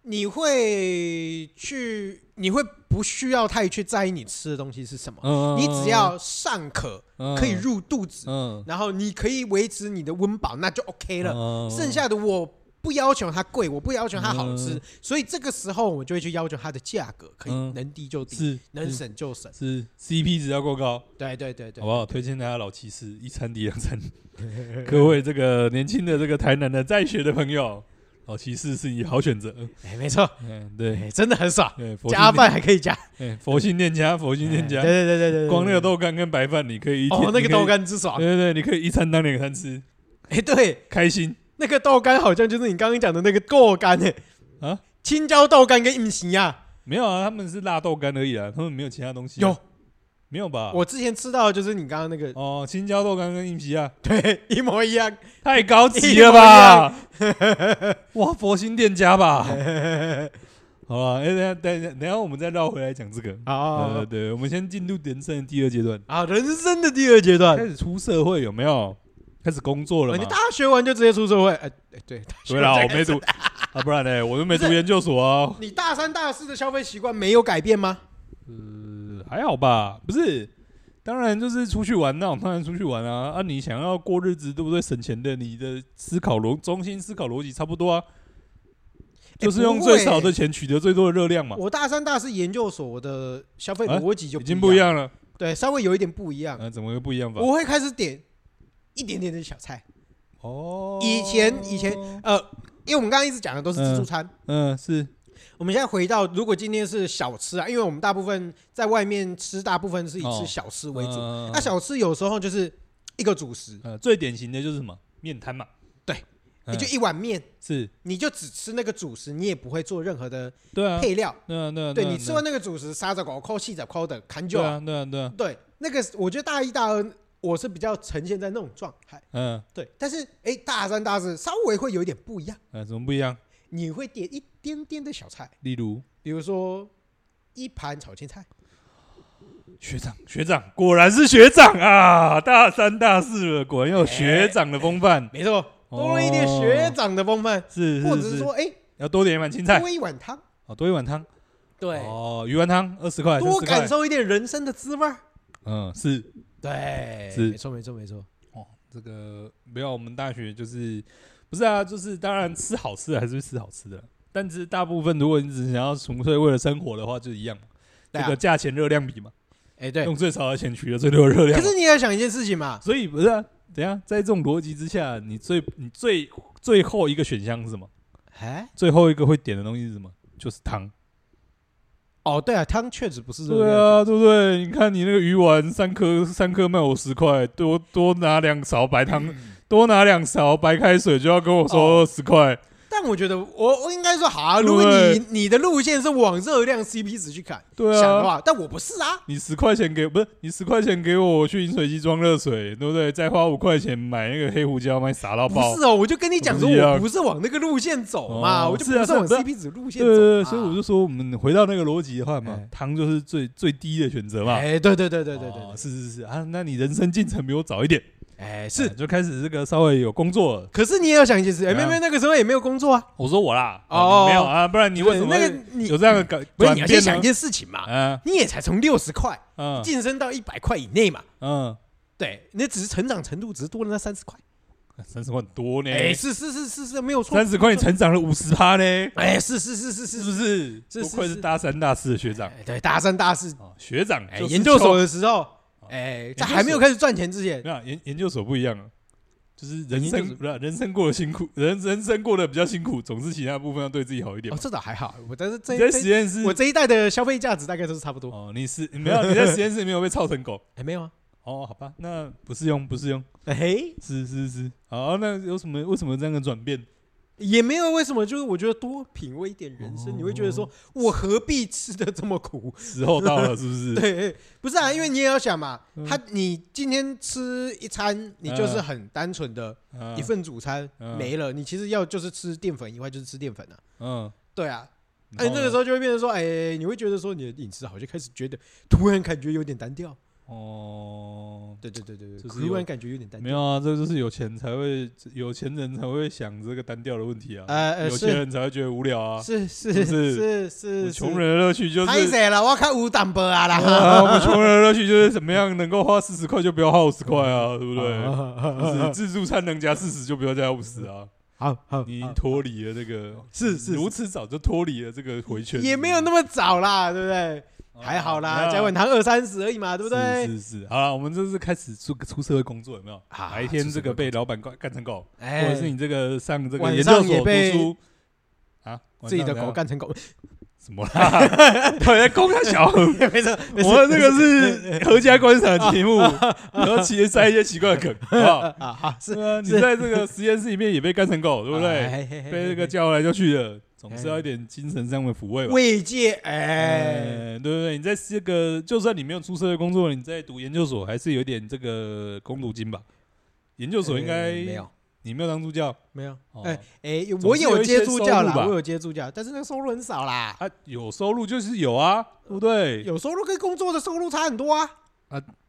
你会去，你会不需要太去在意你吃的东西是什么，
嗯，嗯
你只要尚可，可以，入肚子，
嗯，
然后你可以维持你的温饱，那就 OK 了。
了
剩下的我不要求它贵，我不要求它好吃
嗯，
所以这个时候我就会去要求它的价格，可以
嗯
能低就低，
是
能
是
省就省。
是 CP 值要够高，
对对对对
好，不好？推荐大家老骑士一餐抵两餐。 各位这个年轻的这个台南的在学的朋友，老骑士是你好选择。
哎，没 错，
嗯，对，
哎，真的很爽，
对，佛 心
加
店，
饭还可以加，
哎，佛心店家，佛心店
对
家，
对对对对，
光那个
豆。
豆干跟白饭，你可以一天
哦，那
你
个
可以
豆干之爽。
对对对，你可以一餐当两餐吃，
哎、对，
开心。
那个豆干好像就是你刚刚讲的那个豆干诶、
啊，
青椒豆干跟硬形啊。
没有啊，他们是辣豆干而已啊，他们没有其他东西啊。
有
没有吧？
我之前吃到的就是你刚刚那个，
哦，青椒豆干跟硬皮啊，
对，一模 一样。
太高级了 吧！哇，佛心店家吧。 好啊，哎、等一下等一下等一下，我们再绕回来讲这个。
啊
呃，对，我们先进入人生的第二阶段，
啊，人生的第二阶段
开，始出社会有没有？开始工作了
哦你
嘛？
大学完就直接出社会，哎、哎对，大学
对啦，
完
我
就
没读啊，不然呢，我又没读研究所啊。
你大三大四的消费习惯没有改变吗？
呃，还好吧，不是。当然就是出去玩，那我当然出去玩啊！啊，你想要过日子，对不对？省钱的，你的思考逻中心思考逻辑差不多啊，就是用最少的钱取得最多的热量嘛。
我大三大四研究所的消费
啊
逻辑就
已经不一
样，
样了。
对，稍微有一点不一样。
呃，怎么个不一样法？
啊我会开始点一点点的小菜，
哦
以前以前，呃，因为我们刚刚一直讲的都是自助餐。
嗯，是
我们现在回到，如果今天是小吃啊，因为我们大部分在外面吃，大部分是以吃
哦
小吃为主。啊
嗯
那小吃有时候就是一个主食，
呃最典型的就是什么面摊嘛，
对
嗯，
你就一碗面，
是，
你就只吃那个主食，你也不会做任何的
对啊，
配料。
对啊，对啊，
对
啊
你吃完那个主食，沙子狗扣、细子扣的砍
对
就
啊，对啊，对啊，
对，那个我觉得大一、大二我是比较呈现在那种状态。
嗯
对，但是哎，大三、大四稍微会有一点不一样，
嗯，怎么不一样？
你会点一点点的小菜，
例如
比如说一盘炒青菜，
学长，学长，果然是学长啊！大三、大四了，果然要有学长的风范，
没错，多了一点学长的风范，
哦是
或
是
者是
是
说，，哎，
要多点一碗青菜
多一碗汤，
哦，多一碗汤，
对，
哦，鱼丸汤二十块，
多
30块
感，受一点人生的滋味儿。
嗯，是
对，
是
没错，没错，没错。
哦，这个没有，我们大学就是不是啊，就是当然吃好吃的还是吃好吃的，但是大部分如果你只想要纯粹为了生活的话，就一样嘛，
对
这
啊
个价钱热量比嘛，
哎，对。
用最少的钱取得最多的热量
可
嘛。
是你要想一件事情嘛，
所以不是、啊，等一下在这种逻辑之下，你最你最最后一个选项是什么？
哎，
最后一个会点的东西是什么？就是汤。
哦，对啊，汤确实不是热
对
量
啊，对不对？你看你那个鱼丸三颗，三颗卖我十块，多多拿两勺白汤，
嗯
多拿两勺白开水就要跟我说
哦
二十块。
但我觉得我我应该说好啊，
对
如果你你的路线是往热量 CP 值去看
对
想的
啊，
话，但我不是啊，
你十块钱给不是你十块钱给我，我去饮水机装热水，对不对？再花五块钱买那个黑胡椒，买傻到
不
爆。
是哦，我就跟你讲说
不是一样
我不是往那个路线走嘛，
哦
我就不
是啊
往
是啊不
CP 值路线
对
走嘛
对对，所以我就说，我们回到那个逻辑的话嘛
哎，
糖就是最最低的选择嘛。
哎，对对对对对对
哦
对，
是是是啊，那你人生进程比我早一点，
哎
哎
是。
就开始这个稍微有工作了。
可是你也要想一件事，哎，
怎
妹
样
妹那个时候也没有工作啊，
我说我啦，
哦
哦，没有啊，不然你为什么
那个
会
你
有这样的感？
不是
转
你要先
变
想
呢
一件事情嘛，
嗯
你也才从六十块
嗯
晋升到一百块以内嘛，
嗯，
对，那只是成长程度只是多了那三十块，
三十块很多呢，
哎，是是是是是没有错，
三十块你成长了五十趴呢，
哎，是是是是是
是不是？
是
不愧
是
是
是
大三大四的学长
哎对，大三大四，
啊，学长
哎，
就是
研究所
臭，
的时候，哎，在
研究
还没有
所
开始赚钱之前，
那研研究所不一样啊。就是人
哎研究所
生不是啊人生过得辛苦，人 人生过得比较辛苦，总是其他部分要对自己好一点
哦，
嘛。
这倒还好，我但是这
你在实
这
验室
我这一代的消费价值大概都是差不多，
哦，你是没有你在实验室没有被操成狗
哎，没有啊，
哦，好吧，那不适用不适用，
哎，
是是是，好，那有什么为什么这样的转变？
也没有为什么，就是我觉得多品味一点人
哦
生，你会觉得说我何必吃的这么苦？
时候到了是不是？
对，不是啊，因为你也要想嘛，
嗯
他你今天吃一餐，你就是
嗯
很单纯的
嗯
一份主餐
嗯
没了，你其实要就是吃淀粉以外就是吃淀粉啊，
嗯，
对啊，哎，
然后
那个时
呢
候就会变成说，哎，你会觉得说你的饮食好像开始觉得突然感觉有点单调，
哦，
对对对对对，
就是
突然
有
感觉有点单
没
调。
有啊，这就是有钱才会有钱人才会想这个单调的问题啊，
呃呃，
有钱
是
人才会觉得无聊啊，
是是
是不是
是
我
是，
穷人的乐趣就
太
是。
谁了，我看无档波啊啦，
啊，我们穷人的乐趣就是怎么样能够花四十块就不要花五十块 啊，对不对？就是自助餐能加四十就不要加五十啊。
好好，
你已经
好
脱离了这个，
啊是是
如此早就脱离了这个回圈，
也没有那么早啦，对不对？还好啦，
嘉
加碗
文，
糖二三十而已嘛，对
对
不对？
哦是是是，好了，我们这是开始出出社会工作，有没有？
啊
白天这个被老板干干成狗，或
哎
者是你这个上这个
晚
研
上
究
也
所读
被
书啊，晚
自己的
上
狗干成狗，
怎样什么啦？ 到底在公干小？我
没事，没事
们这个是合家观赏题目，然后其实塞一些奇怪 的梗，好不好？
啊，好是哎
是，啊，你在这个实验室里面也被干成狗，对不对？
对
被这个叫来叫去的，总是要一点精神上的抚慰吧。
慰藉，哎，
哎，对不对？你在这个，就算你没有出社会工作，你在读研究所，还是有点这个工读金吧？研究所应该
哎没有，
你没有当助教
没有，
哦
哎哎，
是
我有
有一些
接触教
收入
啦，
吧
我有接触教，但是那个收入很少啦，
啊，有收入就是有啊，对不对？
有收入跟工作的收入差很多啊。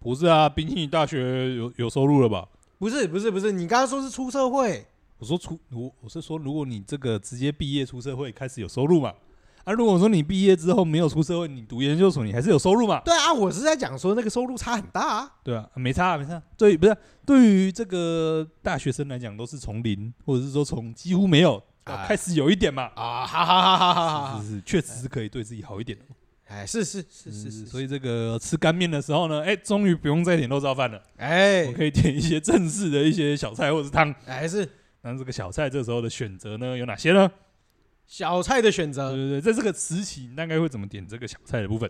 不是啊，宾夕大学有有收入了吧？
不是不是不是，你刚刚说是出社会，
我说出我我是说，如果你这个直接毕业出社会开始有收入嘛，啊，如果说你毕业之后没有出社会，你读研究所你还是有收入嘛？
对啊，我是在讲说那个收入差很大啊。
对啊，没差、啊、没差、啊。对，不是对于这个大学生来讲，都是从零或者是说从几乎没有到
啊
开始有一点嘛。
啊，好好好好好好
是，是是，确实是可以对自己好一点的。
啊哎，是是是是是，
嗯所以这个吃干面的时候呢，哎，终于不用再点肉燥饭了，
哎
我可以点一些正式的一些小菜或者是汤。
哎是
那这个小菜这时候的选择呢，有哪些呢？
小菜的选择，
对对对，在这个时期，你大概会怎么点这个小菜的部分？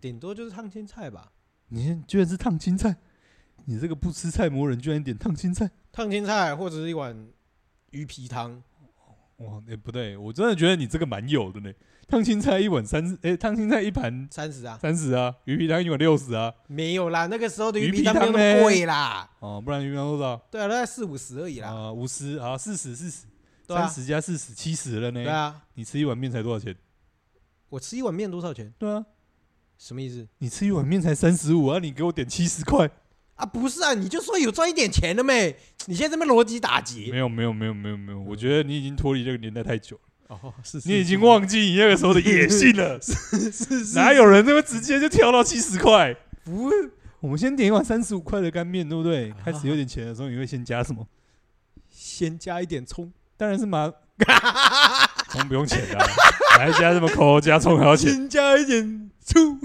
顶多就是烫青菜吧。
你居然是烫青菜，你这个不吃菜魔人居然点烫青菜，
烫青菜或者是一碗鱼皮汤，
哇，哎、不对，我真的觉得你这个蛮有的呢。烫青菜一碗三十，哎、烫青菜一盘
三十啊，
三十啊，鱼皮汤一碗六十啊，
没有啦，那个时候的鱼
鱼
皮
皮
汤没有
汤
那么
嘞
贵啦，
哦，不然鱼皮汤多少？
对啊，大概四五十而已啦，
啊，五十啊，四十四十，
对
三
啊，
十加四十，七十了呢。
对啊，
你吃一碗面才多少钱？
我吃一碗面多少钱？
对啊，
什么意思
你吃一碗面才三十五啊，你给我点七十块？
啊？不是啊，你就说有赚一点钱了没？你现在这边逻辑打
没
劫。
有没有没有没有没有，
嗯
我觉得你已经脱离这个年代太久了，
哦，是
你已经忘记你那个时候的野性了。哪有人那么直接就跳到七十块？
不，
我们先点一碗三十五块的干面，对不对？开
啊
始有点钱的时候，你会先加什 么？
先加一点葱，
当然是 麻，葱不用钱的、啊，还加什么口加葱还要钱？
先加一点醋。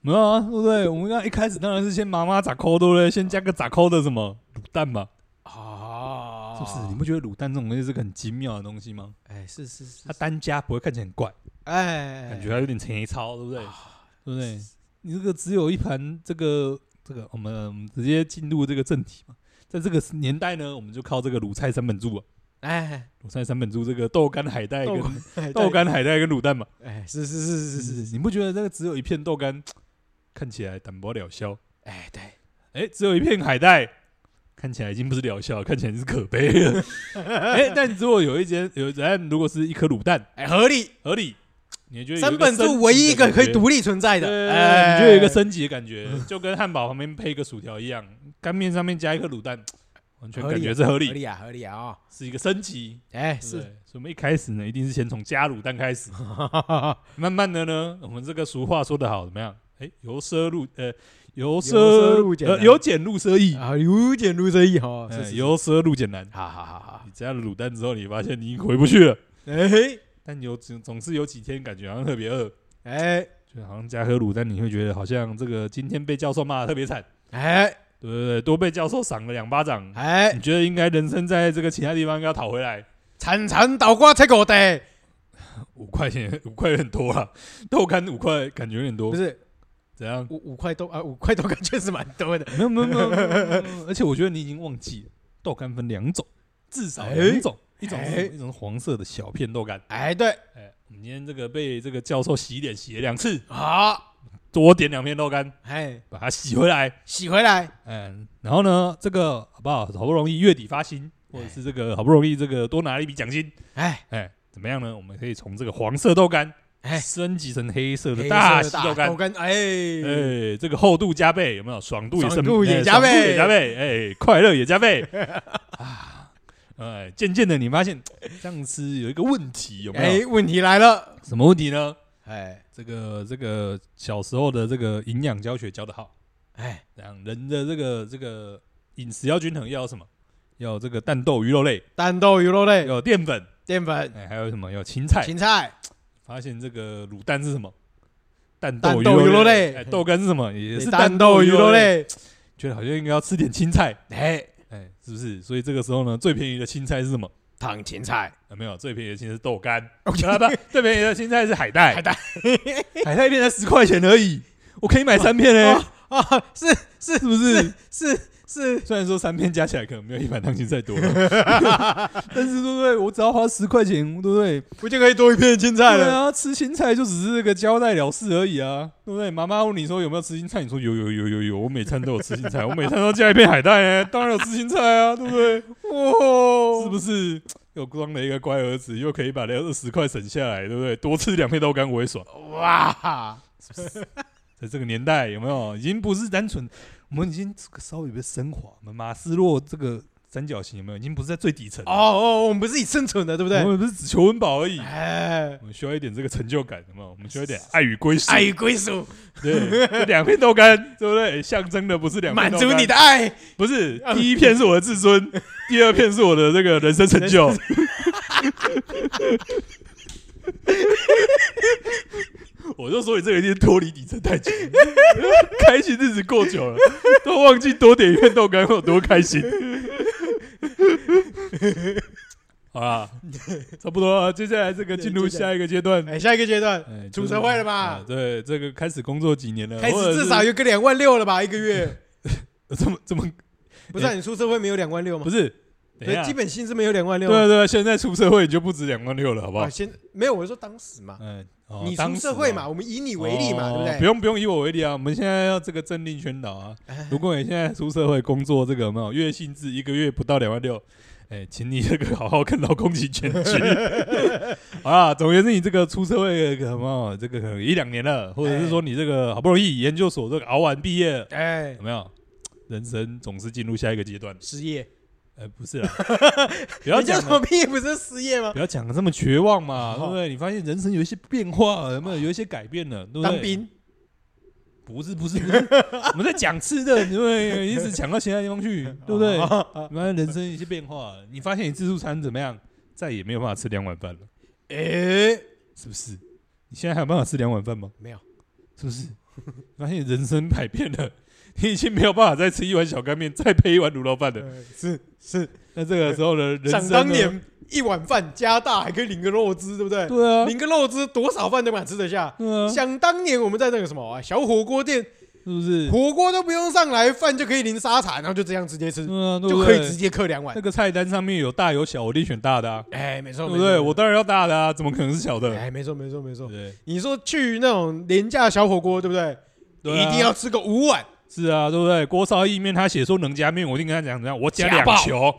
没有啊，对不对？我们刚一开始当然是先麻麻咋抠，对不对？先加个咋抠的什么卤蛋吧，
啊
是不是？你不觉得卤蛋这种东西是个很精妙的东西吗？
哎，是是是
它，单加不会看起来很怪，
哎，
感觉它有点贼糙，对不对？对不对？你这个只有一盘这个这个，我们我们直接进入这个正题嘛。在这个年代呢，我们就靠这个卤菜三本柱啊，
哎，
卤菜三本柱这个豆干、海带跟
干
豆，干、海带跟卤蛋嘛。
哎，是是是是
是
是，
是，你不觉得这个只有一片豆干看起来淡薄了消？
哎，对，
哎、只有一片海带，看起来已经不是疗效，看起来是可悲 了。哎、但如果有一间有，但如果是一颗卤蛋，
哎，合理。
合理，你觉得有
三
一个
本
升
柱唯一
级
一
的
个可以
感觉，
独立存在的，
对
哎，
你就有一个升级的感觉，就跟汉堡旁边配一个薯条一样，干面上面加一颗卤蛋，完全
合
感
理
觉
啊
是合
合
理，
理啊，合理啊，哦
是一个升级。
哎，
对不对
是，
所以我们一开始呢，一定是先从加卤蛋开始，慢慢的呢，我们这个俗话说得好，怎么样？哎，由奢入呃，由
奢
奢
入俭
呃，
难
由俭入奢易，
啊，由俭入奢易哈，
哎
是，
由奢入俭难。
好好好好，
你加了卤蛋之后，你发现你已经回不去了，
哎
但有总总是有几天感觉好像特别饿，
哎
就好像加颗卤蛋，你会觉得好像这个今天被教授骂的特别惨，
哎
对对对，多被教授赏了两巴掌。
哎
你，觉得应该人生在这个其他地方应该要讨回来
铲铲倒瓜才狗的，
五块钱，五块很多啊，豆干五块感觉有点多
不，是
怎样？
五五块多啊，五块多感觉是蛮多的，
没有没有没有没有，没有没有而且我觉得你已经忘记了，豆干分两种，至少两种，一种是什么
哎
一种是黄色的小片豆干，
哎对，
哎，我们今天这个被这个教授洗脸洗了两次，
好，
多点两片豆干，
哎
把它洗回来，
洗回来，
嗯，然后呢，这个好不好？好不容易月底发薪，或者是这个好不容易这个多拿了一笔奖金，
哎
哎，怎么样呢？我们可以从这个黄色豆干
哎，
升级成黑色
黑
的
色
大
的
西豆干
豆。干，哎
哎，这个厚度加倍，有没有？爽度也
爽
升，
度
哎
也加
爽度
倍
也加倍，哎，快乐也 加倍啊！哎，渐渐的你发现这样吃有一个问题，有没有？
哎，问题来了，
什么问题呢？
哎
这个这个小时候的这个营养教学教的好，
哎
这样人的这个这个饮食要均衡，要有什么？要有这个蛋豆鱼肉类，
蛋豆鱼肉
要
类、
有淀粉，
淀粉、
哎，还有什么？要有芹菜。
嗯芹菜，
发现这个卤蛋是什么？蛋
蛋
豆鱼
豆鱼肉
肉
类
哎豆干是什么？也是
哎蛋豆鱼肉
肉类。
类，
觉得好像应该要吃点青菜，
哎，
哎，是不是？所以这个时候呢，最便宜的青菜是什么？
烫芹菜，
啊，没有，最便宜的青菜是豆干。不不，最便宜的青菜是 海带。
海带，
海带一片才十块钱而已，我可以买三片嘞、
哦啊，是是
是不是？
是是，
虽然说三片加起来可能没有一盘烫青菜多了， 但是对不对？我只要花十块钱，对不对？
不就可以多一片青菜
对
了？
啊，吃青菜就只是个交代了事而已啊，对不对？妈妈问你说有没有吃青菜，你说有有有有有，我每餐都有吃青菜，我每餐都加一片海带、欸，当然有吃青菜啊，对不对？
哦，
是不是又装了一个乖儿子，又可以把那二十块省下来，对不对？多吃两片豆干我也爽。
是？哇，
在这个年代，有没有已经不是单纯，我们已经这个稍微有被升华，我们马斯洛这个三角形有没有已经不是在最底层
哦，哦，我们不是以生存的，对不对
我？们不是只求温饱而已。
哎，
我们需要一点这个成就感，有没有？我们需要一点爱与归属。
爱与归属，
对，这两片豆干， 对不对？哎象征的不是两
满
片豆干
足你的爱，
不 是，第一片是我的自 尊，第二片是我的这个人生成就。 我就说你这个已经脱离底层太久了， 开心日子过 久了，都忘记多点一片豆干会有多开 心。好啦，差不多了，啊接下来这个进入下一个阶段，
哎，下一个阶段
哎
出社会了
啊
吧？
对，这个开始工作几年了，
开
或者
始
是
至少有个两万六了吧？一个月，
这么这么
不是啊你出社会没有两万六吗
不？是，等一
对，
下
基本薪资没有两万六
对啊对啊，现在出社会你就不止两万六了，好不好
啊，？现没有，我是说当时嘛，
嗯，哦
你
当
出
时
社会
哦
嘛，我们以你为例嘛，对
哦
不对？
不用不用以我为例啊，我们现在要这个政令宣导啊。
哎
如果你现在出社会工作，这个有没有月薪资一个月不到两万六？哎，请你这个好好跟劳工局检 举啊！总而言之，你这个出社会可能哦，这个可能一两年了，或者是说你这个好不容易研究所这个熬完毕业了，
哎
有，没有？人生总是进入下一个阶段。
失业，
呃，不是 啦，不要
人家
讲
什
了
么屁不是失业吗？
不要讲的这么绝望嘛，
哦
对不对？你发现人生有一些变化，有没有有一些改变了，对不对？
当兵，
不是不是 不是，我们在讲吃的，你会一直讲到其他地 方去，对不对？
哦
你发现人生一些变化，你发现你自助餐怎么样，再也没有办法吃两碗饭了，
哎，
是不是？你现在还有办法吃两碗饭吗？
没有，
是不是？发现人生改变了， 你已经没有办法再吃一碗小干面，再配一碗卤肉饭了。
呃是是，
那这个时候呢，人生
想
呢
当，年一碗饭加大还可以淋个肉汁，对不对？
对啊，
淋个肉汁多少饭都敢吃得下。
对啊，
想当年我们在那个什么啊，小火锅店，
是不是？
火锅都不用上来，饭就可以淋沙茶，然后就这样直接吃，
对啊，对
就
不
可以
对
直接嗑两碗
那。个菜单上面有大有小，我一定选大的啊，
哎，没错，
对
没
不
错
对？
没
我
错
当然要大的啊，怎么可能是小的？
哎，没错，没错，没
对
错
不。对？
你说去那种廉价小火锅，对不对？
对啊
一定要吃个五碗。
是啊，对不对？锅烧意面他写说能加面，我一定跟他讲怎样，我加
加
两
爆
球，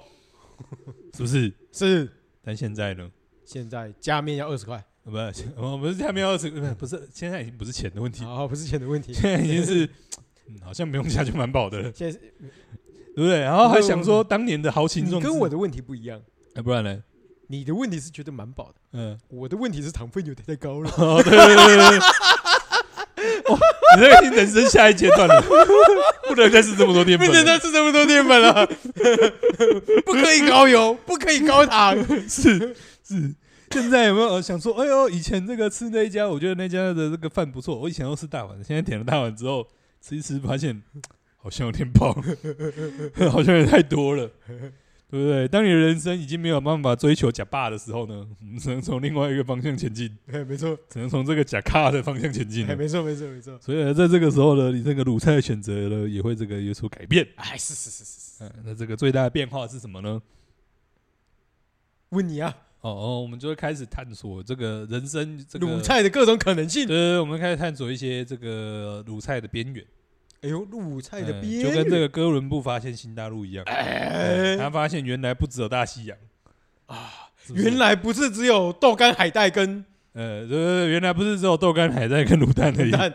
是不是？
是，
但现在呢？
现在加面要二十块，
不 是，我不是加面二十，不是不是，现在已经不是钱的问题，
哦好，不是钱的 问题。
现在已经是。嗯好像不用加就蛮饱的了，
现在是
对不对？然后还想说当年的豪情
你
壮志，
跟我的问题不一样，
哎，不然呢？
你的问题是觉得蛮饱的，
嗯，
我的问题是糖分有点太高 了。
哦，对对对对对，哇，你这个已经人生下一阶段 了，不能再吃这么多淀粉
不
了，
能再吃这么多淀粉了， 不可以高油，不可以高糖。
是是，现在有没有呃想说，哎呦，以前这个吃那一家，我觉得那家的这个饭不错，我以前都吃大碗的，现在点了大碗之后吃一吃，发现好像有点饱， 好像也太多了，对不对？当你的人生已经没有办法追求假霸的时候呢，我们只能从另外一个方向前进，
哎， 没错，
只能从这个假咖的方向前进
哎，
了。
没错，没错，没错。
所以呢，在这个时候呢，你这个卤菜的选择呢，也会这个有所改变。
哎，是是是是是，
嗯，那这个最大的变化是什么呢？
问你啊，
哦哦，我们就会开始探索这个人生这个
卤，菜的各种可能性。
对，我们开始探索一些这个卤菜的边缘，
哎呦，卤菜的
嗯
边
就跟这
缘，
个哥伦布发现新大陆一样，嗯
哎，
他发现原来不只有大西洋啊，是不是
原来不是只有豆干、海带跟
呃，对对对，原来不是只有豆干、海带跟卤蛋而已，
蛋，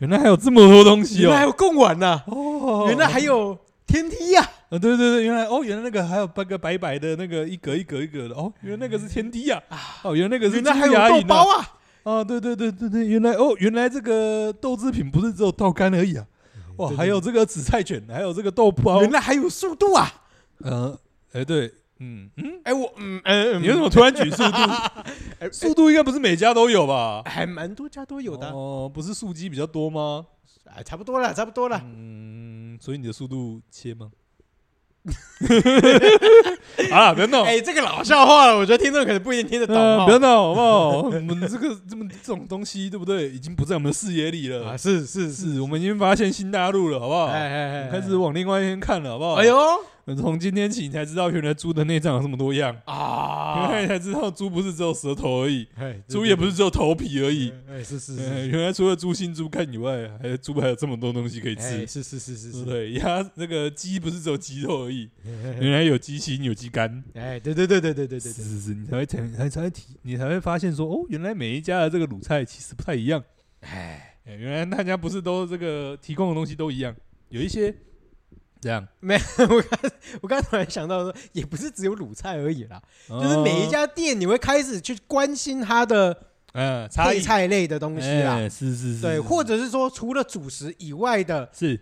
原来还有这么多东西
原来还
哦，
有贡丸呐，
哦，
原来还有天梯啊呀。
呃，对对对，原来哦，原来那个还有半个白白的那个一格一格一格的，哦，原来那个是天梯呀、哦，原来那个是
原来啊还
金牙
有豆
饴啊
包啊！
啊，对对对对对，原来哦，原来这个豆制品不是只有豆干而已啊，哇，
对对
还有这个紫菜卷，还有这个豆包
原，来还有速度啊！
嗯，哎对，嗯嗯，
哎，我嗯嗯，嗯
你为什么突然举速 度？
哎
速度应该不是每家都有吧？
还蛮多家都有的啊，
哦，不是速鸡比较多吗？
哎，差不多了，差不多了。
嗯，所以你的速度切吗？ 啊，不要闹，
哎，这个老笑话了，我觉得听众可能不一定 听得懂
呃
哦。
不要闹，好不好？我们这个这么这种东西，对不对？已经不在我们的视野里了
啊，。是是是，
是我们已经发现新大陆了，好不好？
哎哎哎，
哦开始往另外一边看了，好不好？
哎，呦
从今天起你才知道原来猪的内脏有这么多样，
啊
原！来你才知道猪不是只有舌头而已，
哎
猪也不是只有头皮而已。
哎，是是
呃
是，
原来除了猪心、猪肝以外，还有猪还有这么多东西可以吃
哎，，是是是是
对不
是，
对？鸭那个鸡不是只有鸡肉而 已，原来有鸡心、有鸡肝，
哎，对对对对对对对
是
对，
是是，你才会才才才会提，你才会发现说，哦，原来每一家的这个卤菜其实不太一样。
哎，
哎原来大家不是都这个提供的东西都一样，有一些这样，
我刚我刚突然想到说，也不是只有卤菜而已啦，
嗯
就是每一
哦
家店你会开始去关心它的
嗯差
配
异
菜类的东西啦，
哎是是是，
对，
是
或者是说除了主食以外的
是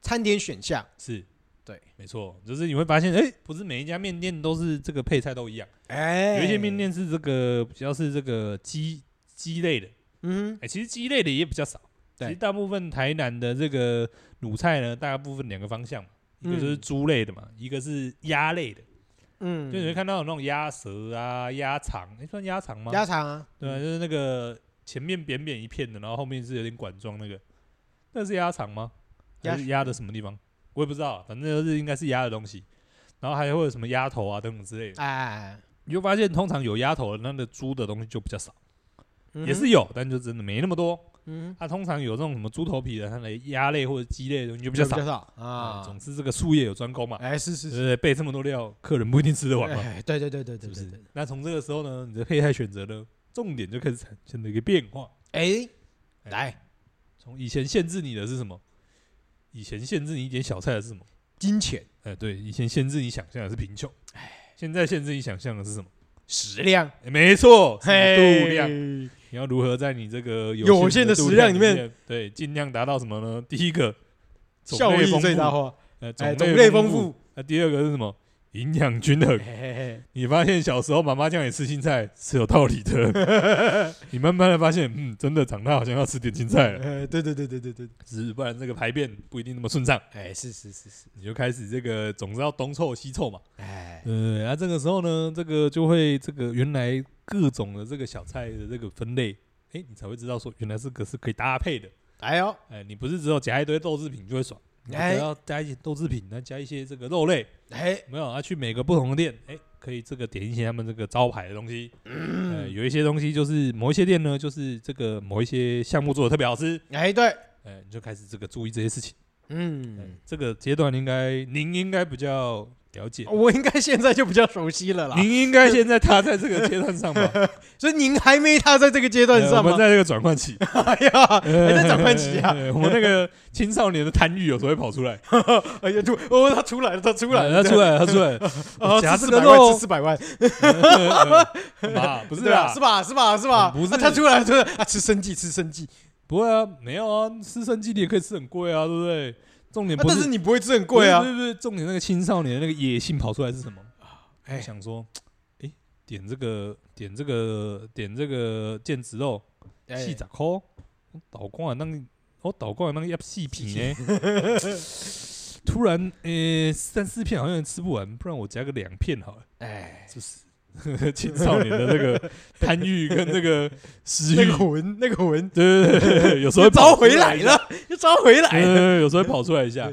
餐点选项，
是，
对，
没错，就是你会发现，哎、不是每一家面店都是这个配菜都一样，
哎，
有一些面，店是这个比较是这个鸡鸡类的，
嗯
哎、其实鸡类的也比较少，其
对
实大部分台南的这个卤菜呢，大部分两个方向嘛。一个就是
嗯
猪类的嘛，一个是鸭类的，
嗯，
就你会看到有那种鸭舌啊、鸭肠，哎、算鸭肠吗？
鸭肠啊，
对啊，就是那个前面扁扁一片的，然后后面是有点管状那个，那是鸭肠吗？
鸭
还是鸭的什么地方？我也不知道，啊反正就是应该是鸭的东西。然后还会有什么鸭头啊等等之类的，
哎，
你就发现通常有鸭头的那个猪的东西就比较少，
嗯哼
也是有，但就真的没那么多。
嗯
它通常有这种什么猪头皮的，它的鸭类或者鸡类的东西就
比
比较少
比较少
啊。
啊。
总之，这个术业有专攻嘛，
哎，是是是，
对不对？备这么多料，客人不一定吃得完嘛，
哎，对对对对
是
对
不
对
是
对。？
那从这个时候呢，你的配菜选择呢，重点就开始产生了一个变化。
哎，
哎
来，
从以前限制你的是什么？以前限制你一点小菜的是什么？
金钱、
哎，对，以前限制你想象的是贫穷，
哎
现在限制你想象的是什么？
食量、
哎没错，是
嘿
度量。你要如何在你这个
有限的
度
食量
里
里面，
对，尽量达到什么呢？第一个，种
效
类
益
丰
最
富
大化，
呃，
哎，
种
种类
丰
丰。富。
那第二个是什么？营养均衡
嘿。嘿嘿，
你发现小时候妈妈叫你吃青菜是有道理的， 你慢慢的发现，嗯，真的长大好像要吃点青菜了，
呃，对对对对对对，
是不然这个排便不一定那么顺畅。
哎，是是是是，
你就开始这个总是要东凑西凑嘛。
哎，
对，那、这个时候呢，这个就会这个原来各种的这个小菜的这个分类，哎、你才会知道说原来这个是可以搭配的。
哎呦，
哎、你不是只有夹一堆豆制品就会爽，你还
哎
要加一些豆制品，那加一些这个肉类，
哎，
没有啊？去每个不同的店，哎、可以这个点一些他们这个招牌的东西。嗯、有一些东西就是某一些店呢，就是这个某一些项目做的特别好吃，
哎，对，
哎、你就开始这个注意这些事情。哎
嗯，
这个阶段应该您应该比较了解。
我应该现在就比较熟悉哦了啦。
您应该现在踏在这个阶 段上吧？呃
所以您还没踏在这个阶段
呃我
上
们
吗？
在这个转换期，
哎呀，还在转换期啊！
呃我们那个青少年的贪欲有时候会 跑出来，
哎呀，出哦，他出来了，他出来
呃
了，
他出来了，他出来了，
哦，
夹
四
这
百
个
万，
肉
吃，四百万，
呃呃 妈，不是
对啊，
啦
是，吧？是吧？是吧？
嗯不是
啊他出来了，出来了啊，吃生计，吃生计，
不会啊，没有啊，吃生鸡你也可以吃很贵啊，对不对？重点
啊
不
但是你不会吃很贵
不
啊。
是不是，重点那个青少年的那个野性跑出来是什么？
哎
想说，哎，点这个，点这个，点这个腱子肉，四十
哎，
块，我倒光啊，那个我倒光啊，那个一四片呢。突然，诶、三四片好像也吃不完，不然我夹个两片好了。
哎，
就是青少年的那个贪欲跟那个食
那
欲
个，魂，那个 魂
对对对对，有时候
又
会
招
跑出
回来
一下，
了，又招回来
对对
了。
对，有时候会跑出来 一下。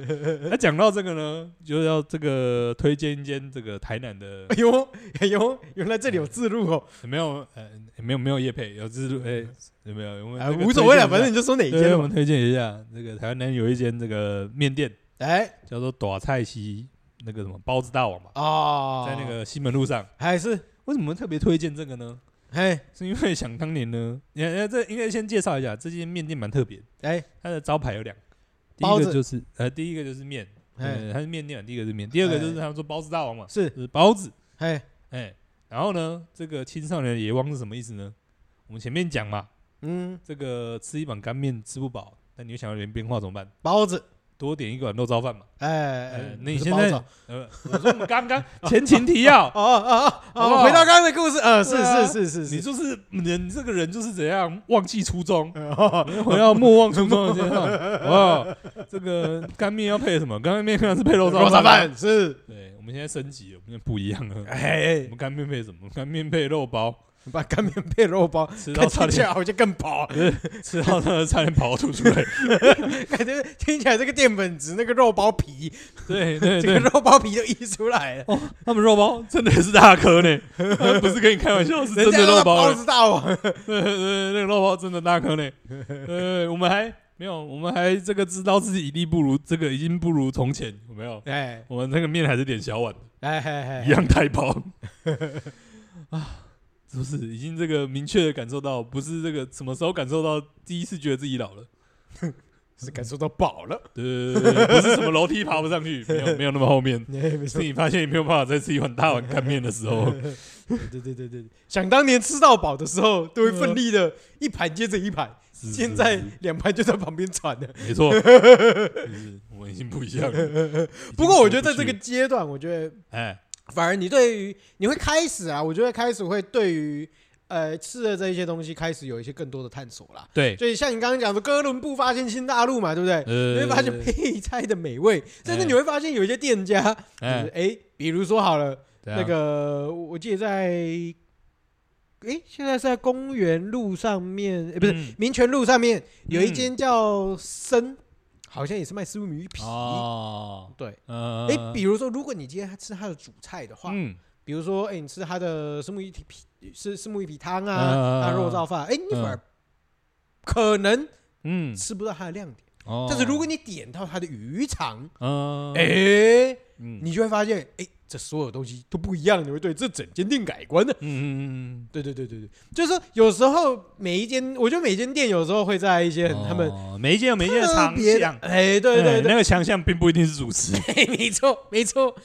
那讲到这个呢，就要这个推荐一间这个台南的
哎呦，哎呦，原来这里有自录哦，
没有呃没有没有叶配有自助哎有没有我们
哎，
这个
无所谓了，
推荐一下
反正你就说哪一
对，
间
我
嘛。
们推荐一下，那个台南有一间这个面店
哎，
叫做短菜西那个什么包子大王嘛，
哦，
在那个西门路上。
还是
为什么特别推荐这个呢？
哎
是因为想当年呢，你看，这应该先介绍一下，这间面店蛮特别的，
哎
它的招牌有两个，第
包
一
子
个就是呃，第一个就是面，
哎
呃，它是面店，第一个是面，第二个就是他们说包子大王嘛，
是
就是包子，
哎
哎，然后呢，这个青少年的野望是什么意思呢？我们前面讲嘛，
嗯，
这个吃一碗干面吃不饱，那你又想要点变化怎么办？
包子，
多点一碗肉燥饭嘛。
哎
呃
哎，，
那你
不是
现
包
在
子哦
呃，我说我们刚刚前情提要，
哦哦哦
好不
哦，
好
回到刚刚的故事，呃，是
对啊
是是是是，
你就是人这个人就是怎样忘记初衷，
哦
回到莫忘初衷的阶段。 哇，这个干面要配什么？干面当然是配肉燥
肉
饭。
燥饭是，
对，我们现在升级了，我们现在不一样了。我
哎
们，干面配什么？干面配肉包，
把干面配肉包，
吃到
看
差
听起来
点
好像更饱，
吃到差点差点跑吐出来。
感觉听起来这个淀粉质那个肉包皮，
对对
这个
对，
肉包皮都溢出来了。
哦， 他们肉包真的是大颗 呢，他们不是跟你开玩笑，是真
人家
的
都
肉
是
包
包
呢。
子大王，
对对对，那个肉包真的大颗呢。呃，我们还没有，我们还这个知道自己一力不如，这个已经不如从前，有没有？
哎
我们那个面还是点小碗的，
哎哎
一，样太薄 啊，是不是？已经这个明确的感受到，不是这个什么时候感受到第一次觉得自己老了？
是感受到饱 了，
对对对对对，不是什么楼梯爬不上去，没有没有那么后面，
哎，没错
是，你发现你没有办法再吃一碗大碗干面的时候，
对对对对对， 想当年吃到饱的时候，都会奋力的一盘接着一盘，
是是
现在
是
两盘就在旁边传了。
没错，就是我们已经不一样了。
不过我觉得在这
已
个
经
阶段，我觉得
过不去了哎。
反而你对于你会开始啊，我觉得开始会对于呃吃的这一些东西开始有一些更多的探索啦。
对，
所以像你刚刚讲的，哥伦布发现新大陆嘛，对不对？
呃，
你会发现配菜的美 味，甚至你会发现有一些店家，就是
哎，
哎，比如说好了，
对啊
那个我记得在，哎，现在是在公园路上面，哎，不是
嗯
民权路上面有一
嗯
间叫生，
嗯
好像也是卖丝鱼皮。
哦，
对，
嗯
呃，
哎，比如说，如果你今天吃它的主菜的话，
嗯，
比如说，哎、你吃他的石木鱼皮是石木鱼皮汤
嗯嗯嗯
啊，他肉燥饭，哎、你反而可能
嗯，
吃不到它的亮点。
哦
但是如果你点到它的鱼肠，
嗯，
哎、
嗯，
你就会发现，哎、这所有东西都不一样，你会对这整间店改观的。
嗯嗯嗯
对对对对对，就是说有时候每一间，我觉得每间店有时候会在一些
嗯，
很他们
哦
每一件有每一件的
特
长
别的
项，
哎、对对
哎
对
那个强项并不一定是主食。
对，没错没 错，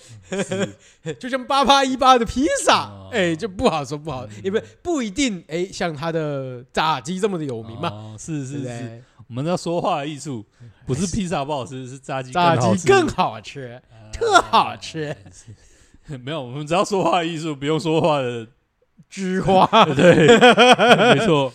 就像八八一八的披萨
哦，
哎，就不好说不好，也不不一定哎，像它的炸鸡这么的有名嘛，
哦，是
对
是
不
是，
对？
我们要说话的艺术，不是披萨不好吃，是炸鸡
炸
好
鸡
吃
更好吃，嗯特好吃，
没有，我们只要说话的艺术，不用说话的，
之 花
对，没错。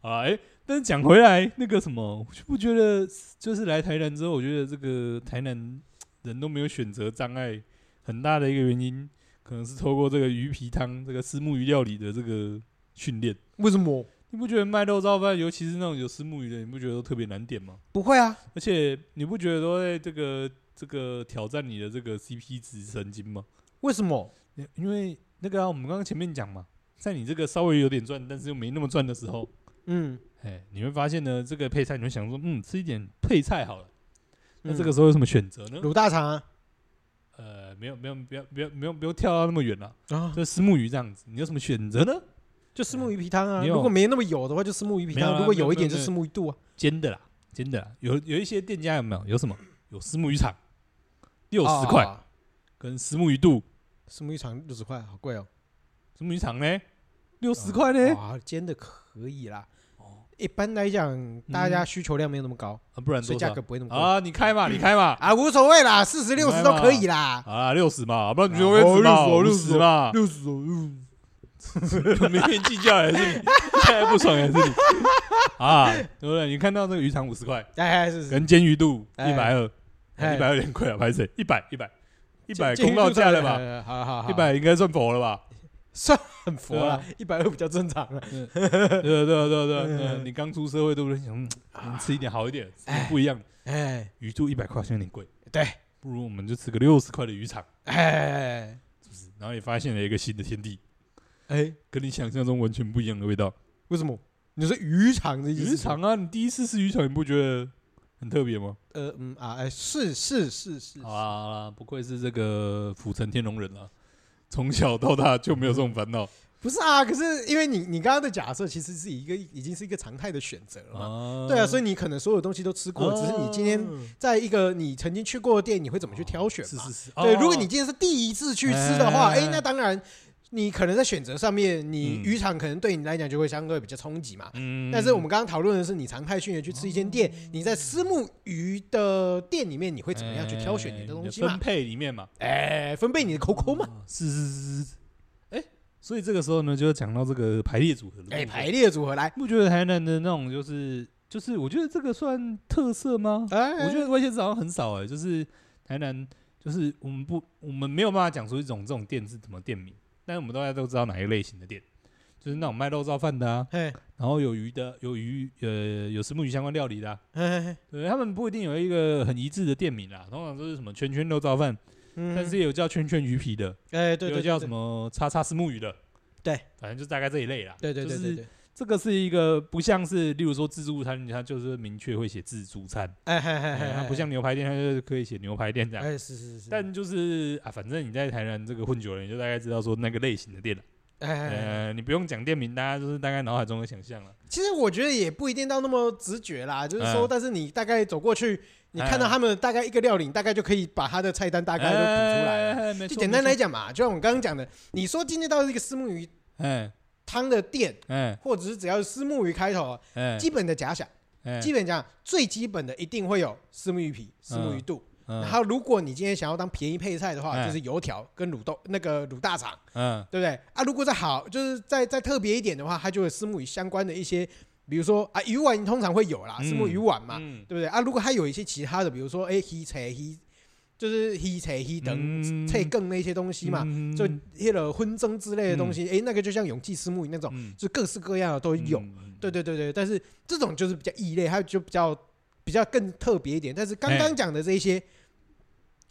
啊，哎，但是讲回来，那个什么，我就不觉得，就是来台南之后，我觉得这个台南人都没有选择障碍，很大的一个原因，可能是透过这个鱼皮汤、这个丝木鱼料理的这个训练。
为什么
你不觉得卖肉燥饭，尤其是那种有丝木鱼的，你不觉得都特别难点吗？
不会啊？
而且你不觉得都在这个这个挑战你的这个 CP 值神经吗？
为什么？
因因为那个、啊、我们刚刚前面讲嘛，在你这个稍微有点赚，但是又没那么赚的时候，
嗯，
哎，你会发现呢，这个配菜你会想说，嗯，吃一点配菜好了。那
嗯
这个时候有什么选择呢？
卤大肠啊
呃，没有，没有，不要，不要，没有，不用跳到那么远了，
啊，
就石木鱼这样子，你有什么选择呢？
就虱目鱼皮汤啊，
没有
如果没那么有的话，就虱目鱼皮
没有
汤；
啊
如果有一
没
点，
有
就
没有
虱目鱼肚啊。
煎的啦，煎的啦，有有一些店家有没有有什么有石木鱼肠，六十
啊
块，跟石木鱼肚，
虱目鱼肠六十块，好贵哦，
石木鱼肠呢，六十块呢，
啊，煎的可以啦。一般来讲，大家需求量没有那么高，
啊，不然
所以
多
价
少
格？不会那么高。
啊，你开嘛，你 开嘛，
啊，无所谓啦，四十
你
六
来
十都
嘛
可以啦。
啊，六十嘛，不然你就
哦
会吃嘛，
60
六十嘛，
六十哦，
明天计较还是你，现在不爽还 是你啊？对不对？你看到这个鱼肠五十块，
哎，是是，
跟煎鱼肚
哎
一百二，
哎
一百二点贵啊，拍谁？一百一百一百
监
公道价了？
监
吧？
狱就算好好好，
一百应该算佛 了吧？
算很佛了
对，
一百二比较正常了。
对对对啊对对对，
嗯
你刚出社会对不对？想嗯能吃一点好一点，吃点不一样的。
哎，
鱼肚一百块好像有点贵，
对，
不如我们就吃个六十块的鱼肠，
哎
然后也发现了一个新的天地，
哎，
跟你想象中完全不一样的味道。
为什么？你说渔场的意思吗？
鱼肠啊，你第一次吃鱼肠，你不觉得很特别吗？
呃嗯啊哎是是是是，
好啦好啦，不愧是这个府城天龙人啊，从小到大就没有这种烦恼
不是啊？可是因为你你刚刚的假设其实是一个已经是一个常态的选择了嘛。
啊
对啊，所以
以
你可能所有东西都吃
哦
过，只是你今天在一个你曾经去过的店，你会怎么去挑选
是
嘛
是？是，
对，
哦
如果你今天是第一次去吃的话，
哎
哎，那当然，你可能在选择上面，你
嗯
渔场可能对你来讲就会相对比较冲击嘛。
嗯
但是我们刚刚讨论的是，你常态性的去吃一间店，你在私募鱼的店里面，你会怎么样去挑选你的东西
哎分
嘛？
配里面嘛，
哎，分贝你的口口嘛，
啊是是是是是，哎，所以这个时候呢，就讲到这个排列组合的部分
哎，排，列组合来，
不觉得台南的那种就是就是，我觉得这个算特色吗？
哎，
我觉得外县市好像很少哎，就是台南，就是我们不，我们没有办法讲出一种这种店是怎么店名，但是我们大家都知道哪一个类型的店，就是那种卖肉燥饭的啊，
哎
然后有鱼的，有鱼，呃，有石目鱼相关料理的、啊，
哎，哎
对他们不一定有一个很一致的店名啦，通常都是什么圈圈肉燥饭，
嗯
但是也有叫圈圈鱼皮的，
哎，对对，
也有
对
叫什？么叉叉石目鱼的，
对，
反正就大概这一类啦。
对对对
就
对
是
对，
这个是一个不像是，例如说自助餐，它就是明确会写自助餐。
哎嗨嗨
哎
嗨，
它不像牛排店，它就是可以写牛排店这样。
哎是是是，
但就是啊，反正你在台南这个混久了，你就大概知道说那个类型的店了。
哎哎哎
呃，你不用讲店名，大家就是大概脑海中有想象了。
其实我觉得也不一定到那么直觉啦，就是说，
嗯
但是你大概走过去，你看到
嗯
他们大概一个料理，你大概就可以把他的菜单大概
大
都补出来了。
来了
就简单来，讲嘛，就像我刚刚讲的，你说今天到这个丝木鱼
哎
汤的店，
哎
或者是只要是丝木鱼开头，
哎，
基本的假想，
哎
基本讲最基本的一定会有丝木鱼皮、丝木鱼肚。
嗯
然后，如果你今天想要当便宜配菜的话，
嗯
就是油条跟卤豆那个卤大肠，
嗯
对不对？啊，如果再好，就是再再特别一点的话，它就有私募鱼相关的一些，比如说啊，鱼丸通常会有啦，
嗯
私募鱼丸嘛，
嗯
对不对？啊，如果它有一些其他的，比如说哎，黑菜黑，就是黑菜黑
嗯
等菜更那些东西嘛，
嗯
就黑了荤蒸之类的东西，哎，那个就像永济私募鱼那种，
嗯
就各式各样的都有。
嗯
对对对对，但是这种就是比较异类，它就比较比较更特别一点。但是刚刚讲的这一些，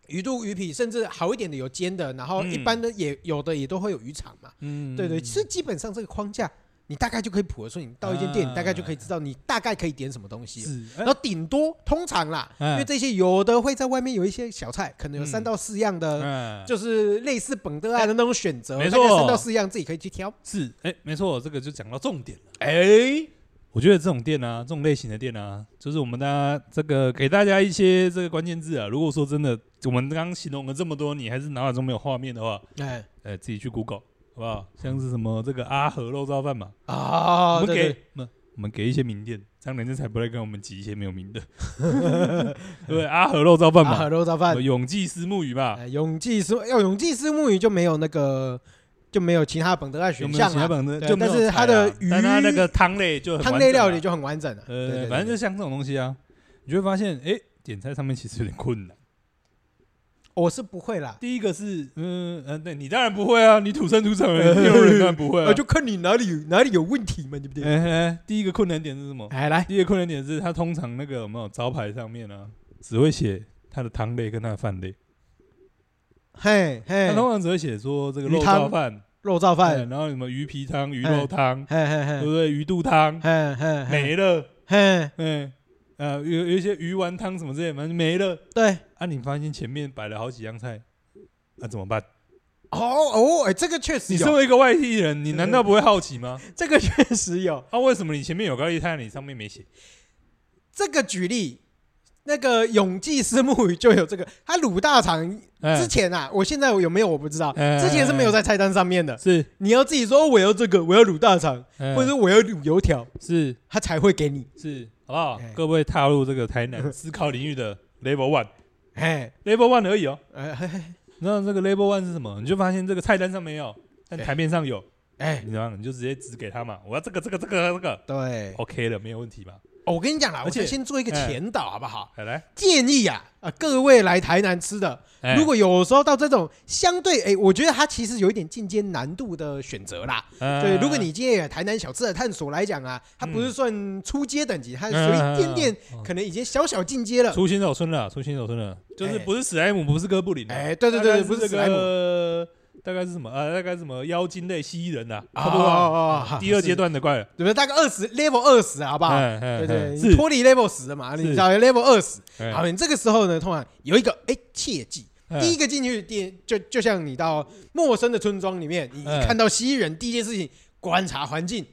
鱼肚、鱼皮，甚至好一点的有煎的，然后一般的也、有的也都会有鱼肠嘛。
嗯
对对，其实基本上这个框架，你大概就可以谱了。所以你到一间店，你大概就可以知道你大概可以点什么东西了。
啊是，
然
哎
后顶多通常啦，因为
嗯
这些有的会在外面有一些小菜，可能有三
嗯
到四样的，
嗯，哎
就是类似本德啊的那种选择，
没
大概
错
三到四样自己可以去挑。
是，哎，没错，这个就讲到重点了。
哎，
我觉得这种店啊，这种类型的店啊，就是我们大家这个给大家一些这个关键字啊。如果说真的，我们刚刚形容了这么多，你还是脑海中没有画面的话，
哎
呃，自己去 Google 好不好？像是什么这个阿和肉燥饭嘛，
啊，
我们
对
给
对
不我们给一些名店，这样人家才不会跟我们挤一些没有名的。 对，阿和肉燥饭
啊
嘛，
肉燥
什
饭
么，永记丝木鱼吧，
哎永济丝要永济丝木鱼就没有那个就没有其他本德的
有
选
没有
项
其他
了，
本的？
对
就没有
但是
菜啊
它的鱼
但它那个汤类就很
汤
完
类
整
料
啊
理就很完整了。对对
呃，
对
反正就像这种东西啊，你就会发现，哎，点菜上面其实有点困难。
我是不 会啦，
第一个是，嗯呃，对你当然不会啊，你土生土长的，你有人当然不会啊。
呃，就看你哪里有哪里有问题嘛，对不对？
哎哎，第一个困难点是什么？
哎，来，
第一个困难点是，它通常那个有没有招牌上面啊，只会写它的汤类跟它的饭类，
嘿嘿
它，通常只会写说这个
哎鱼
肉
汤
燥饭，
肉燥
哎
饭，
然后什么鱼皮汤、鱼
哎
肉汤，
嘿嘿
对
嘿
不对？鱼肚汤
嘿嘿嘿
没了，
嘿，
哎，呃，有有一些鱼丸汤什么之类的，反正没了。
对，
啊，你发现前面摆了好几样菜，那、怎么办？
哦哦，哎，这个确实
你身
有，
为一个外地人，你难道不会好奇吗？
这个确实有，
啊，为什么你前面有高丽菜，你上面没写？
这个举例。那个永济丝木鱼就有这个，它卤大肠
哎
之前啊，我现在有没有我不知道，
哎
之前是没有在菜单上面的。
是，
你要自己说哦我要这个，我要卤大肠，
哎
或者是我要卤油条，
是
它才会给你。
是，好不好？
哎
各位踏入这个台 南思考领域的 Level One，Level
哎，
One 而已哦。
哎嘿嘿
你知道这个 Level One 是什么？你就发现这个菜单上没有，但
哎
台面上有，
哎，
你知道吗，你就直接指给他嘛。我要这个这个这个这个
对，
，OK 了，没有问题吧？
哦我跟你讲啦，
而
我
且
就先做一个
哎
前导好不好？
来来，
建议啊，啊各位来台南吃的，
哎
如果有时候到这种相对，哎，我觉得它其实有一点进阶难度的选择啦。
哎
对，如果你今天也台南小吃的探索来讲啊，它不是算初阶等级，它属于一点点，
嗯嗯嗯嗯
可能已经小小进阶了。
出新手村了，出新手村了，就是
哎
不是史莱姆，不是哥布林啊，
哎对对对
大概
不是
这
史莱姆
个，大概是什么啊？大概是什么妖精类蜥蜴人呐，
哦
差不多啊。
哦哦哦
第二阶
是
段的怪了，
对不对？大概二十 level 二十，啊好不好？
哎哎
对对，
哎
你
是
脱离 level 十了嘛，
是
你找 level 二十。
哎
好，你这个时候呢，通常有一个哎切记，
哎
第一个进去店就就像你到陌生的村庄里面，你
哎
看到蜥蜴人，第一件事情观察环境。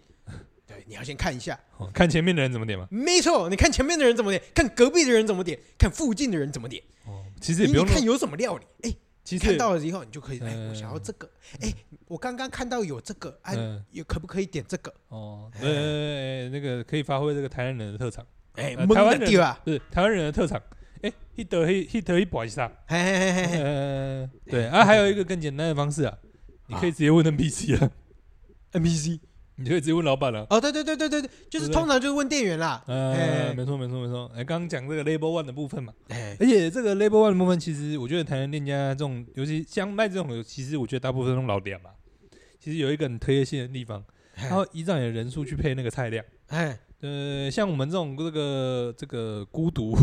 对，你要先看一下，
哦看前面的人怎么点嘛。
没错，你看前面的人怎么点，看隔壁的人怎么点，看附近的人怎么点，
哦，其实
你
也不
你
用那么，
看有什么料理，哎，
其实
看
也
到了以后你就可以，哎，
嗯
我想要这个，哎，我刚刚看到有这个，哎
嗯，
有可不可以点这个？
哦，对对对，对那个可以发挥这个台湾人的特长，
哎，
呃
懵
台湾
的
人
地吧，
不是台湾人的特长。哎，一得一一得一把一上，
嘿嘿嘿嘿嘿。哎
呃，对啊，还有一个更简单的方式啊，你可以直接问 NPC 啊，
NPC
你就可以直接问老板啊了。
哦，对对对对对对，就是
对不对
通常就是问店员啦。
呃，
哎
没错没错没错。哎，刚刚讲这个 Label One 的部分嘛，
哎，
而且这个 Label One 的部分，其实我觉得台湾店家这种，尤其像卖这种，其实我觉得大部分都老点嘛。其实有一个很贴心的地方，
然
然后依照你的人数去配那个菜量。
哎，
呃，像我们这种这个这个孤独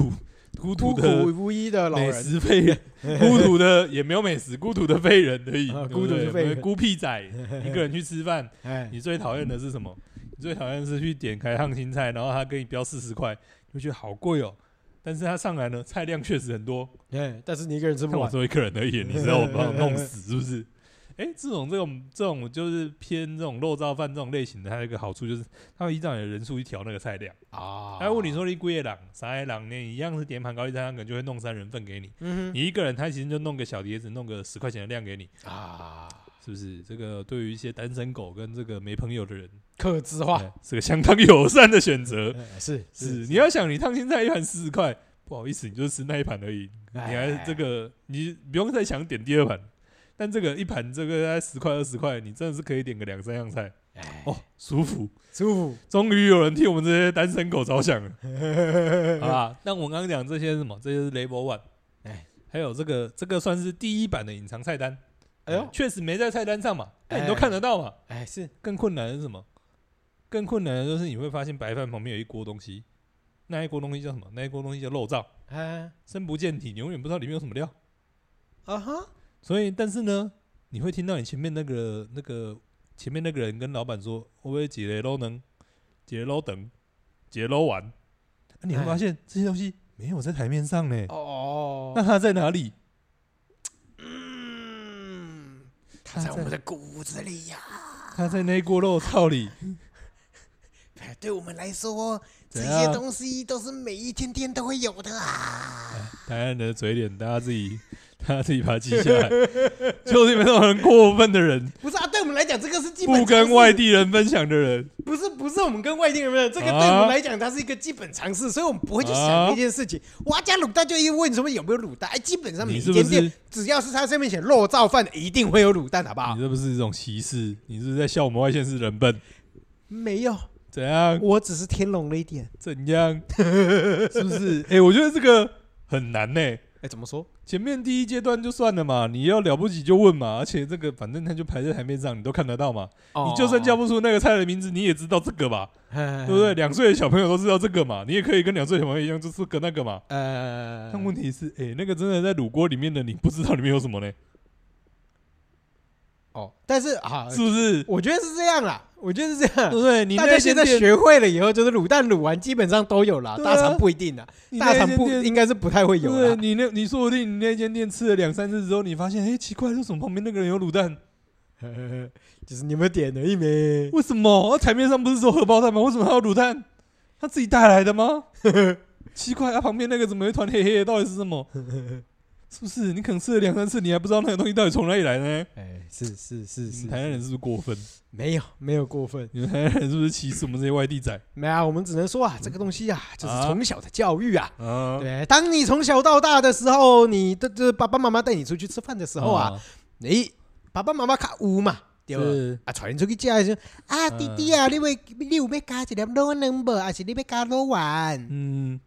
孤
孤独
苦
的
无依的老
美
人，
食废人，孤独的也没有美食，孤独的废人而已，
啊
对
孤
不
独
对
是废人
我们孤僻仔，一个人去吃饭，
哎，
你最讨厌的是什么？你最讨厌的是去点开烫青菜，然后他跟你标四十块，你会觉得好贵哦。但是他上来呢，菜量确实很多，
哎，但是你一个人吃
看
不
我
完，
作为一个人而言，你知道我把我弄死是不是？ 哎、这种这种这种就是偏这种肉燥饭这种类型的，它有一个好处就是，它会依照你的人数去调那个菜量。
啊
他会问你，说你几个人，啥个人呢？你一样是点盘高丽菜，他可能就会弄三人份给你。
嗯
你一个人，他其实就弄个小碟子，弄个十块钱的量给你，
哼啊，
是不是？这个对于一些单身狗跟这个没朋友的人，
克制化
哎是个相当友善的选择。
哎 是
是，你要想你烫青菜一盘四十块，不好意思，你就吃那一盘而已，你
哎
还这个你不用再想点第二盘。但这个一盘这个十块二十块，你真的是可以点个两三样菜
哎
哦，舒服。
舒服，
终于有人替我们这些单身狗着想了， 好吧？那我刚刚讲这些是什么？这些是 Label One，
哎
还有这个这个算是第一版的隐藏菜单，
哎呦，
确实没在菜单上嘛，但你都
哎
看得到嘛。
哎是
更困难的是什么？更困难的就是你会发现白饭旁边有一锅东西，那一锅东西叫什么？那一锅东西叫肉燥，
哎
深不见底，你永远不知道里面有什么料。
啊哈，
所以，但是呢，你会听到你前面那个那个前面那个人跟老板说：“我会几雷捞能，几雷捞等，几雷捞完。啊”你会
哎
发现这些东西没有在台面上呢。
哦
那，他在哪里？
嗯，
他
他在我
在
们的骨子里呀、
他在那锅肉操里。
哎对我们来说，这
怎
些
样
东西都是每一天天都会有的啊。
台湾人的嘴脸，大家自己大家自己把它记下来。 就是你们这种很过分的人，
不是啊，对我们来讲，这个是基本
不
常
跟
识
外，地人分享的人，
不是不是我们跟外地人的，这个
啊
对我们来讲，它是一个基本常识，所以我们不会去想
啊
那件事情。我要加卤蛋，就一问什么有没有卤蛋，哎，基本上每
你
一
是不
间
是
店
你
只要是它上面写肉燥饭，一定会有卤蛋，好不好？
这不是一种歧视？你是不是在笑我们外县市人笨？
没有，
怎样？
我只是天龙了一点。
怎样？是不是？哎、我觉得这个很难呢、
哎，怎么说？
前面第一阶段就算了嘛，你要了不起就问嘛，而且这个反正他就排在台面上，你都看得到嘛。
哦
你就算叫不出那个菜的名字，你也知道这个吧，
对
对不对？？两岁的小朋友都知道这个嘛，你也可以跟两岁小朋友一样，就是跟那个嘛。
呃，
但问题是，哎、那个真的在卤锅里面的，你不知道里面有什么呢？
哦，但是啊，
是不是？
我觉得是这样啦，我觉得是这
对
样。
不对？你
大
那
家现
间
在
店，
学会了以后，就是卤蛋卤完基本上都有啦，
对啊
大肠不一定啦，
你
大
那
肠
间
不
店
应该是不太会有
对
啦。
你那，你说不定你那间店吃了两三次之后，你发现，哎、奇怪，为什么旁边那个人有卤蛋？
就是你们点而已没。
为什么？啊台面上不是说荷包蛋吗？为什么还有卤蛋？他自己带来的吗？奇怪，啊，旁边那个怎么有一团黑黑的？到底是什么？是不是你可能吃了两三次，你还不知道那个东西到底从哪里来呢？
哎，是是是
你
是
们，台湾人是不是过分？
没有没有过分，
你们台湾人是不是歧视我们这些外地仔？
没有啊，我们只能说啊，这个东西啊，就是
啊
从小的教育啊。
啊，
对，当你从小到大的时候，你的这爸爸妈妈带你出去吃饭的时候啊，，你爸爸妈妈较有嘛，对吧？
是
啊，带你出去食的时候，啊，
嗯
弟弟啊，你会你有要加一粒卤卵无？还是你要加卤丸？
嗯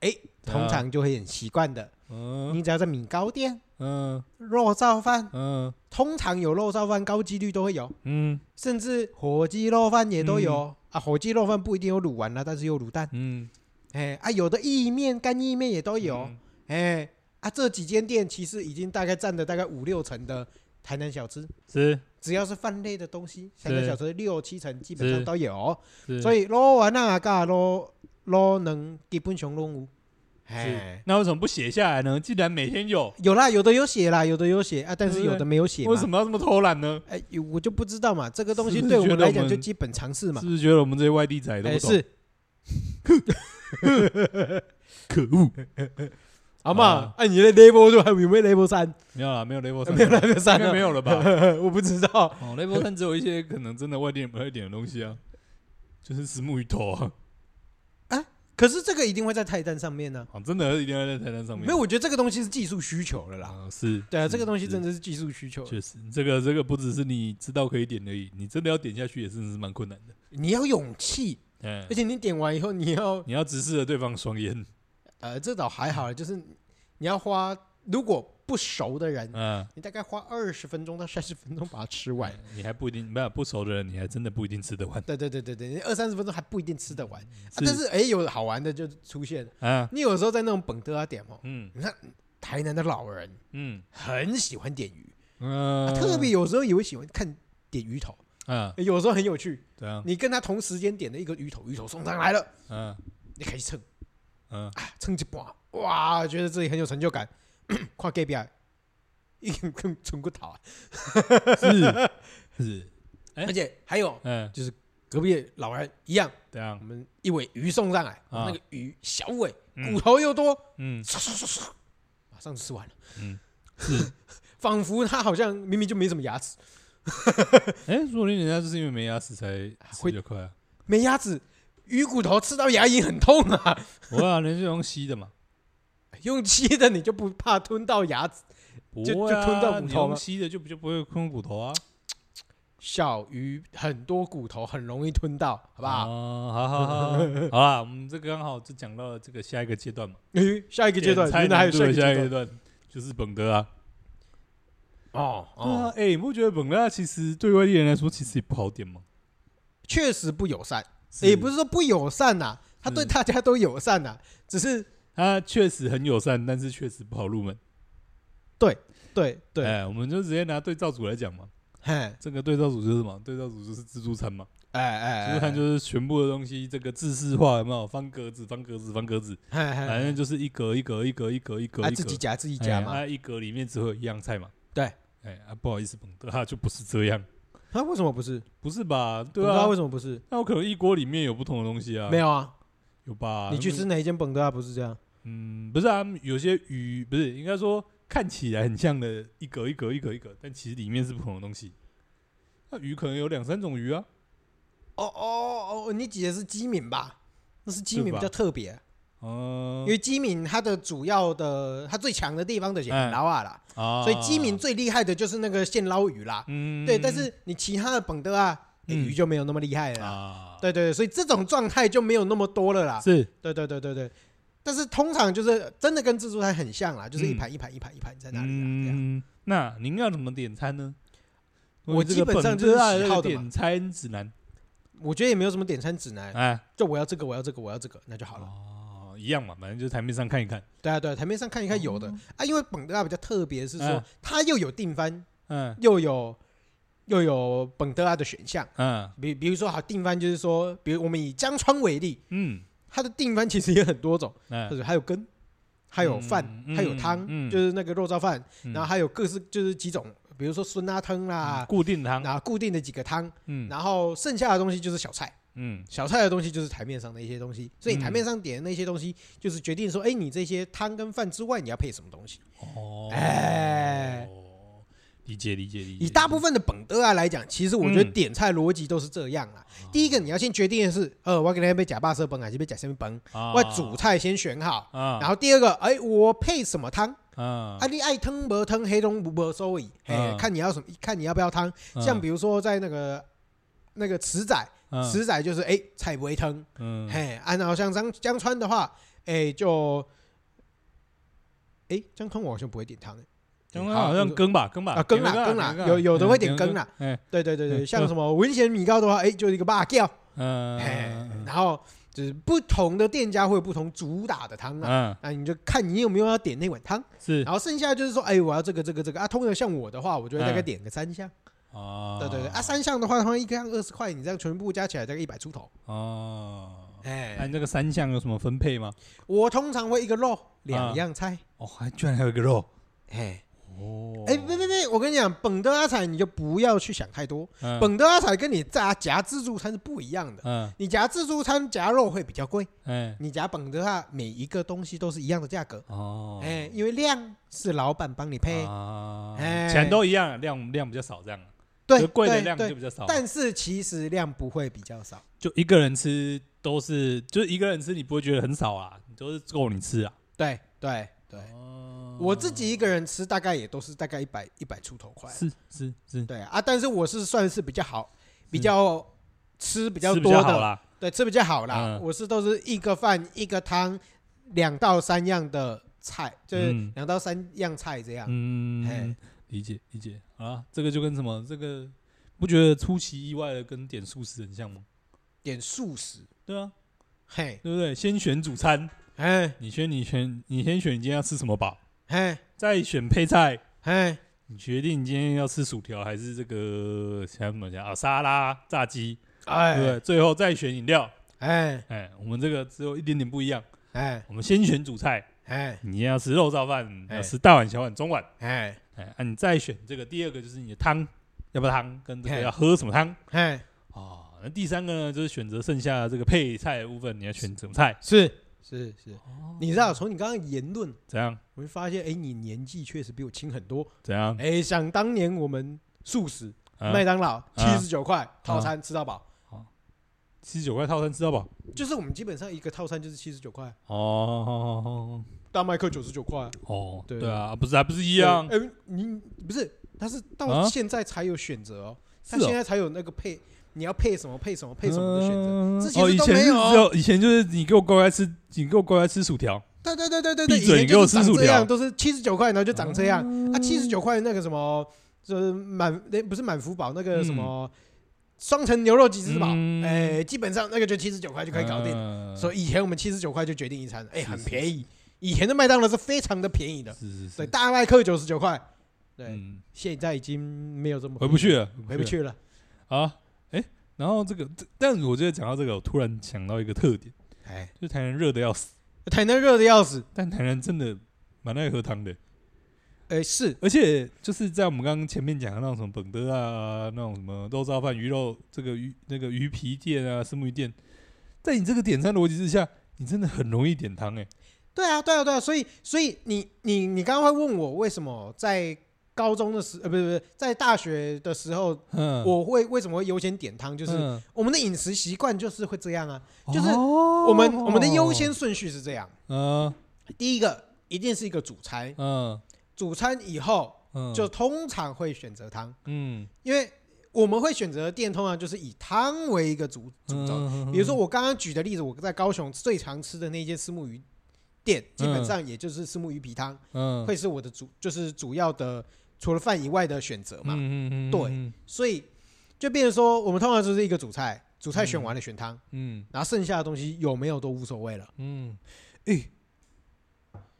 哎，通常就会很习惯的。
嗯
你只要在米糕店、
嗯
肉燥饭，
嗯
通常有肉燥饭，高几率都会有，
嗯
甚至火鸡肉饭也都有、啊。火鸡肉饭不一定有卤丸啦，但是有卤蛋。
嗯，
哎啊，有的意面、干意面也都有。
嗯
哎啊，这几间店其实已经大概占了大概五六成的台南小吃。
是
只要是饭类的东西，台南
是
小吃六七成基本上
是
都有。
是，
所
以
以卤丸啊、甲卤卤能基本上拢有，嘿，
那为什么不写下来呢？既然每天有，
有啦，有的有写啦，有的有写啊，但是
对不对
有的没有写嘛。
为什么要这么偷懒呢？
哎，有我就不知道嘛，这个东西
是不是
对我
觉
们
得
来
我
讲就
们
基本常识嘛
是。不是觉得我们这些外地仔都
哎，
不懂？
是
可恶！
好
啊
嘛？哎按你的 level 就还有没有 level 三？
没有啦，没 有 level 三，
没有 level
应
三
该
了
没，有了吧？
我不知道。
哦，level 三只有一些可能真的外地人不会点的东西啊，就是石木鱼头啊，
可是这个一定会在菜单上面呢。啊
哦真的一定要在菜单上面。
没有，我觉得这个东西是技术需求了啦。
啊，是，
对啊，
是
这个东西
是
真的是技术需求，
确实，这个这个不只是你知道可以点而已，你真的要点下去也真的是蛮困难的。
你要勇气，
嗯
而，且你点完以后你要
你要直视着对方双眼，
呃，这倒还好，就是你要花，如果不熟的人，
嗯，
你大概花二十分钟到三十分钟把它吃完。
你还不一定，没有不熟的人，你还真的不一定吃得完。
对对对对对，二三十分钟还不一定吃得完，啊、
是
但是哎，有好玩的就出现了。
啊，
你有时候在那种本德啊点哦，
嗯
你看台南的老人
嗯
很喜欢点鱼，啊
嗯，
特别有时候也会喜欢看点鱼头，
啊，
有时候很有趣。
对啊，
你跟他同时间点的一个鱼头，鱼头送上来了，
嗯
你开始称
嗯，
啊，称一半，哇，觉得自己很有成就感。 看隔壁啊，已经更冲过头啊，
是是，哎
而且还有
嗯，
隔壁的老人一样，
这样
我，们一尾鱼送上来，
啊
那个鱼小尾，
嗯
骨头又多，
嗯
唰唰唰唰，马上吃完了，
嗯，是。
仿佛他好像明明就没什么牙齿，
哎、说不定人家就是因为没牙齿才吃
会
得快啊。
没牙齿，鱼骨头吃到牙龈很痛啊，
不会啊，人家是用吸的嘛，
用吸的你就不怕吞到牙齿？
不
就
会啊
就吞到骨头吗
你用吸的就不就不会吞骨头啊，
小鱼很多骨头很容易吞到，好
好
不好？
哦、好好 好好，好啦，我们这个刚好就讲到了这个下一个阶段嘛，
诶哎下一个阶段
猜
原来还有下
难度的
一个
下
阶
一个阶
段
段就是本德啊。
哦
对啊，
哦，
哎、你不觉得本德啊其实对外地人来说其实也不好点吗？
确实不友善，也不是说不友善呐、他对
是
大家都友善呐、只是
他确实很友善，但是确实不好入门。
对对，
哎，我们就直接拿对照组来讲嘛。
嘿，哎
这个对照组就是什么？对照组就是自助餐嘛。
哎，
自助餐就是全部的东西，这个制式化有没有？方格子、方格子、方格子，
嘿，嘿
反
嘿
正就是一格一格一格一格一格
啊
一
哎自己
格。
夹自己
哎
夹嘛。
啊，一格里面只会有一样菜嘛。
对。
哎啊，不好意思，彭德啊，就不是这样，
他啊为什么不是？
不是吧？
不
对
知道
啊
为，什么不是？
那我可能一锅里面有不同的东西啊。
没有啊，
有吧？
你去
那
吃哪一间本德啊？不是这样？
嗯，不是啊，有些鱼不是应该说看起来很像的一格一格一格一格，但其实里面是不同的东西。那鱼可能有两三种鱼啊，
哦哦哦，你指的是鸡敏吧？那是鸡
是
敏
吧
比较特别，啊
嗯
因，为鸡敏它的主要的它最强的地方就是
哎
捞啊啦，
啊，
所以鸡敏，最厉害的就是那个现捞鱼啦。
嗯，
对，但是你其他的本德啊，哎
嗯
鱼就没有那么厉害了啦。
啊，
对对，对所以这种状态就没有那么多了啦。
是
对对对对对，但是通常就是真的跟自助餐很像啦，就是一
嗯
盘一盘一盘一盘在那里啊，这样
嗯，那您要怎么点餐呢？
我
这个
基本上
本
就是
科啊
喜
这
好
个
的嘛
点餐指南，
我觉得也没有什么点餐指南，
哎，
就我要这个，我要这个，我要这个，那就好了。
哦，一样嘛，反正就是台面上看一看，
对啊，对啊，台面上看一看有的、啊，因为本德啊比较特别，是说
嗯
它又有定番，
嗯
又有又有本德啊的选项。
嗯
比比如说，好定番就是说，比如我们以江川为例，
嗯，
它的定番其实也很多种，
哎
就是还有羹，还有饭，
嗯
还有汤，
嗯嗯
就是那个肉燥饭，
嗯
然后还有各式就是几种，比如说酸辣汤啦，
固定汤，
然后固定的几个汤，
嗯
然后剩下的东西就是小菜，
嗯
小菜的东西就是台面上的一些东西，所以你台面上点的那些东西，就是决定说，哎，你这些汤跟饭之外，你要配什么东西。
哦，
哎，
理解理解理解。
以大部分的本德啊来讲，其实我觉得
嗯
点菜逻辑都是这样啦。第一个你要先决定的是，呃，我给天被假巴色崩还是被假面崩，
啊
我主菜先选好。
啊，
然后第二个，哎，我配什么汤？
啊
啊，，你爱汤不汤，黑龙不收尾，哎，
嗯
看你要什么，看你要不要汤。
啊
像比如说在那个那个池仔，池仔就是哎菜不会汤，
啊嗯
嘿，啊，然后像江江川的话，哎就，哎江川我好像不会点汤，哎
刚刚好像
好
羹吧羹吧
啊羹啦
羹
羹啦有有的会点羹啦，
哎
对对对对，
嗯
像什么文贤米糕的话，哎就是一个辣酱，嘿，
嗯
然后就是不同的店家会有不同主打的汤啊，
嗯
啊你就看你有没有要点那碗汤。
是
然后剩下就是说，哎，我要这个这个这个啊。通常像我的话，我就会
嗯
大概点个三项，
啊
对对对啊，三项的话，他们一个项二十块，你这样全部加起来大概一百出头。
哦。
哎、
那你这个三项有什么分配吗？
我通常会一个肉两样菜，
哦，还居然还有一个肉
哎
哦
哎，别别别，我跟你讲，本德阿彩你就不要去想太多，
嗯
本德阿彩跟你夹夹自助餐是不一样的。
嗯
你夹自助餐夹肉会比较贵，
哎
你夹本德啊，每一个东西都是一样的价格，
哦
哎，因为量是老板帮你配，
啊
哎
钱都一样，量量比较少这样，
对
就贵的
对
量就
对，
比较少，
但是其实量不会比较少。
就一个人吃都是，就是一个人吃，你不会觉得很少啊，你都是够你吃啊。
对对对，
哦
我自己一个人吃大概也都是大概一百一百出头块，
是是是，
对啊，但是我是算是比较好，比较吃比
比
较
比
多
较好
的，
啦。
对，吃比较好啦。
嗯
我是都是一个饭一个汤，两到三样的菜，就是
嗯
两到三样菜这样。嘿
嗯，理解理解啊，这个就跟什么这个，不觉得出其意外的跟点素食很像吗？
点素食，
对啊，
嘿，
对不对？先选主餐，
嘿，
你先你选你先选你今天要吃什么吧，
嘿，
再选配菜，
嘿，
你决定你今天要吃薯条还是这个想怎么讲啊沙拉炸鸡，对不
哎，
对？最后再选饮料。
哎，
哎，我们这个只有一点点不一样，
哎，
我们先选主菜。
哎，
你要吃肉燥饭，
哎
要吃大碗、小碗、中碗，
哎，
哎，啊，你再选这个第二个就是你的汤，要不要汤，跟这
嘿哦
个要喝什么汤
嘿，
啊？那第三个呢，就是选择剩下的这个配菜的部分，你要选什么菜？
是是是，
哦
你知道从你刚刚的言论。
怎样？
我会发现，哎，你年纪确实比我轻很多。
怎样？
哎，想当年我们素食，
啊
麦当劳七
啊
十九块套餐吃到饱，
七十九块套餐吃到饱？
就是我们基本上一个套餐就是七十九块，
哦
大麦克九十九块，
哦，
对
对啊，不是还不是一样？
对哎，你不是，但是到
啊
现在才有选择哦，
是
他
哦
现在才有那个配，你要配什么配什么配什么的选择。
嗯
之
哦，
前
以
都
前
没
是
有
只有以前就是你给我乖乖吃，你给我乖乖吃薯条，
对对对对对对，
闭嘴
以前
你给我
就是长
吃薯
这样
条哦
都是七十九块，然后就长这样。啊，七十九块那个什么，就是满那不是满福宝那个什么双层牛肉鸡翅堡，
嗯
哎，基本上那个就七十九块就可以搞定了。
定
所以以前我们七十九块就决定一餐，哎，
是
很
是
便宜，以前的麦当劳是非常的便宜的，
是是
对，
是，
大麦克九十九块，对，
嗯，
现在已经没有这么
回不去了，
回不去了。
啊。哎，然后这个，这但我觉得讲到这个，我突然想到一个特点，
哎，
就是台南热的要死，
台南热的要死，
但台南真的蛮爱喝汤的，
哎，是
而且就是在我们刚刚前面讲的那种什么本德啊，那种什么肉燥饭、鱼肉这个鱼那个鱼皮店啊、石目鱼店，在你这个点餐逻辑之下，你真的很容易点汤哎、
对啊，对啊，对啊，所以，所以你你你刚刚会问我为什么在高中的时呃，不是不是，在大学的时候，
嗯，
我会为什么会优先点汤？就是
嗯
我们的饮食习惯就是会这样啊，就是
哦
我们我们的优先，顺序是这样：
嗯
第一个一定是一个主餐，
嗯
主餐以后
嗯，
就通常会选择汤，
嗯，
因为我们会选择的店通常就是以汤为一个主主
嗯
轴。比如说我刚刚举的例子，我在高雄最常吃的那间虱目鱼店，基本上也就是虱目鱼皮汤。
嗯，
会是我的主，就是主要的除了饭以外的选择嘛。
嗯嗯嗯，
对
嗯
所以就变成说，我们通常就是一个主菜，主菜选完了选汤，
嗯
然后剩下的东西有没有都无所谓了。
嗯，哎，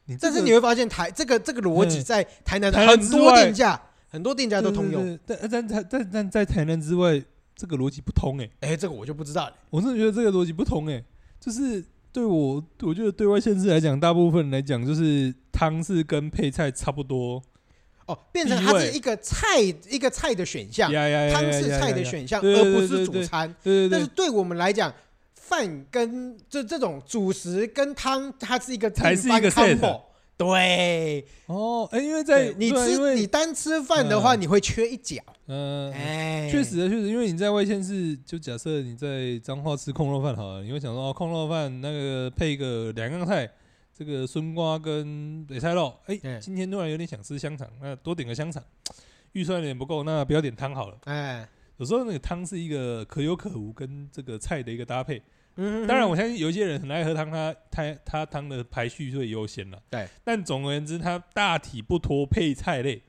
你哎这
但是
个
你会发现台这个这个逻辑
嗯
在台南的
台南
很
之
多
外
店家，很多店家都通用。，
对对对但但但但在台南之外，这个逻辑不通哎、
哎，这个我就不知道了。
我真的觉得这个逻辑不通哎、就是对我，我觉得对外县市来讲，大部分人来讲就是汤是跟配菜差不多，
哦，变成
地
它
位
是一个菜一个菜的选项，
呀呀呀
汤
呀
是
呀
菜
呀
的
呀
选项，
对
而
对
不
对
是
对
主
对
餐。
对
但
对
是
对，
对我们来讲，饭跟这这种主食跟汤，它是一个
才是
定
一
番
个 set
combo。对，
哦，哎、因为
对
在
你
对啊因
吃
为
你单吃饭的话，
嗯
你会缺一角。
嗯。
哎，
确实啊，确实，因为你在外县市，就假设你在彰化吃空肉饭好了，你会想说，哦，空肉饭那个配一个两样菜，这个孙瓜跟北菜肉，哎、
嗯
今天突然有点想吃香肠，那多点个香肠，预算有点不够，那不要点汤好了。
哎，
有时候那个汤是一个可有可无跟这个菜的一个搭配，
嗯，
当然我相信有一些人很爱喝汤，他他他汤的排序会优先了，
对，
但总而言之，它大体不脱配菜类。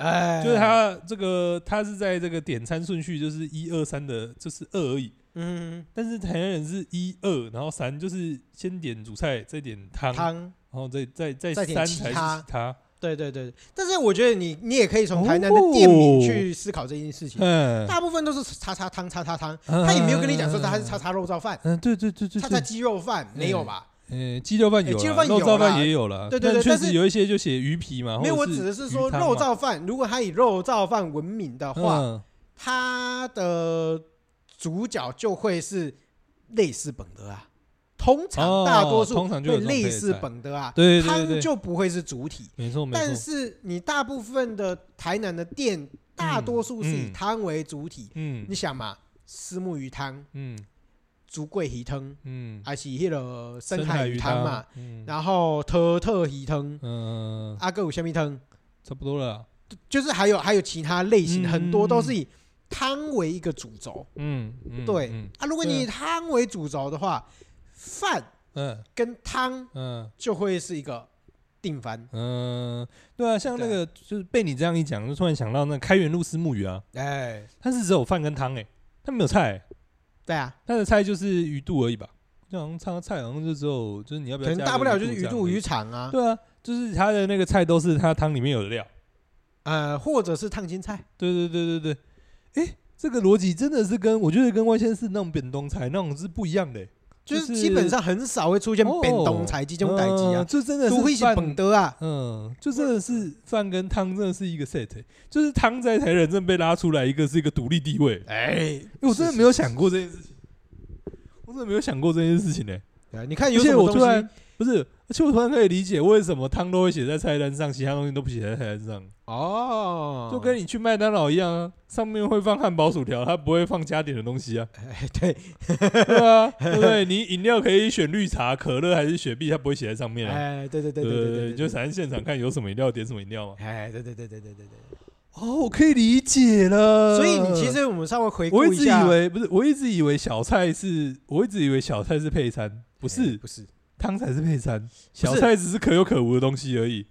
哎，
就是，他这个他是在这个点餐顺序就是一二三的，就是二而已。
嗯，
但是台南人是一二，然后三就是先点主菜，再点汤，然
汤，
后再再再
再
三
点
才
其
是
他
他。
对对对。但是我觉得你你也可以从台南的店名去思考这件事情，
嗯，
大部分都是叉叉汤、叉叉汤，
他
他也没有跟你讲说他是叉。叉肉燥饭、
嗯，对对对对
叉叉
对，
鸡肉饭，没有吧？
嗯，鸡肉饭
哎
有啦，
鸡肉饭
肉
有
燥
啦
饭也有了，
对对对
但确
但
实
是
有一些就写鱼皮嘛，
没有，
或
我
者
只是说
鱼哦汤
肉
嘛
燥饭，如果他以肉燥饭闻名的话，
嗯
它的主角就会是类似本德啊，通常
哦
大多数
通常就
会
有这种
类似本德啊，
对对对对
汤就不会是主体。
没错没
但
错，
是你大部分的台南的店，大多数是以
嗯
汤为主体。
嗯
你想嘛，虱目鱼汤、
嗯
竹桂鱼汤，
嗯，
还是那个深海鱼汤嘛，
嗯，
然后特特鱼汤、
嗯，
阿哥有虾米汤，
差不多了啦，
就是还有还有其他类型，
嗯
很多都是以汤为一个主轴。
嗯嗯，
对
嗯
啊，如果
对啊
你以汤为主轴的话，饭
嗯
跟汤
嗯
就会是一个定番。
嗯，对啊，像那
对啊
个就是被你这样一讲，就突然想到那开元路丝木鱼啊，
哎，
它是只有饭跟汤诶、它没有菜欸、
对啊，
它的菜就是鱼肚而已吧？就好像它的菜好像就只有就是你要不
可
要
能
加
大不
个
了就是
这
鱼
样
肚
而已
鱼肠啊，
对啊，就是它的那个菜都是它汤里面有的料。
呃，或者是烫青菜。
对对对对对，诶，这个逻辑真的是跟我觉得跟外县市那种扁冬菜那种是不一样的欸、
就是基本上很少会出现
哦
变东才鸡中代鸡
嗯
啊，
就真的
除非
是
是
饭
本德啊，
嗯，就真的是饭跟汤真的是一个 set，、欸、就是汤在台人真的被拉出来，一个是一个独立地位、欸
哎，
我真的没有想过这件事情，我真的没有想过这件事情呢、欸。
对啊你看有
而
什
且
么
我突
东西
然不是，而且我突然可以理解为什么汤都会写在菜单上，其他东西都不写在菜单上，
哦，
就跟你去麦当劳一样啊，上面会放汉堡、薯条，它不会放加点的东西啊，
哎对
对啊，对不对？你饮料可以选绿茶、可乐还是雪碧，它不会写在上面啊。
哎对对对
对
对
对
对
就反正现场看有什么饮料点什么饮料嘛。
哎对对对对对对对，
哦，我可以理解了。
所以你其实我们稍微回顾
呃我一直
下，
以为不是，我一直以为小菜是，我一直以为小菜是配餐，不
哎
是
不是，
汤才是配餐，小菜只是可有可无的东西而已。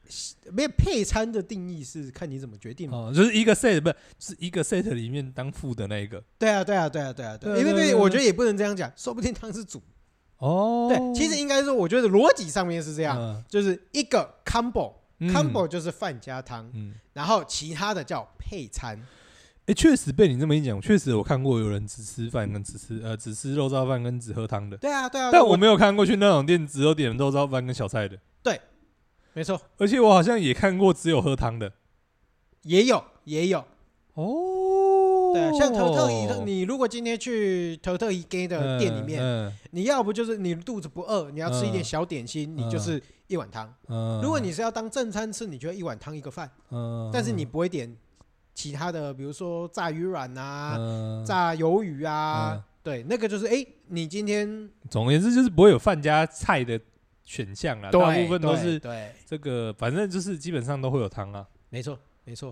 没有配餐的定义是看你怎么决定嘛。
哦，就是一个 set 不是是一个 set 里面当副的那一个。
对啊对啊对啊对啊对啊，
对
因为
对
对，
对
我觉得也不能这样讲，说不定汤是主，
哦，嗯
对，其实应该说，我觉得逻辑上面是这
这
样，就是一个 combo。combo 就是饭加汤，
嗯，
然后其他的叫配餐。
哎，确实被你这么一讲，确实我看过有人只吃饭跟只吃呃只吃肉燥饭跟只喝汤的，
对啊，对啊，
但我没有看过去那种店只有点肉燥饭跟小菜的，
没错，
而且我好像也看过只有喝汤的。
也有也有。
哦，
对啊，像头特伊，你如果今天去头特伊 gay 的店里面，
嗯，
你要不就是你肚子不饿，你要吃一点小点心，你就是一碗汤。
嗯
如果你是要当正餐吃，你就一碗汤一个饭，
嗯，
但是你不会点其他的，比如说炸鱼软啊、
嗯，
炸鱿鱼
嗯
啊，对，那个就是哎，你今天
总而言之就是不会有饭加菜的选项啦，大
对
部分都
对
是
对，
这个，反正就是基本上都会有汤啊。
没错没错。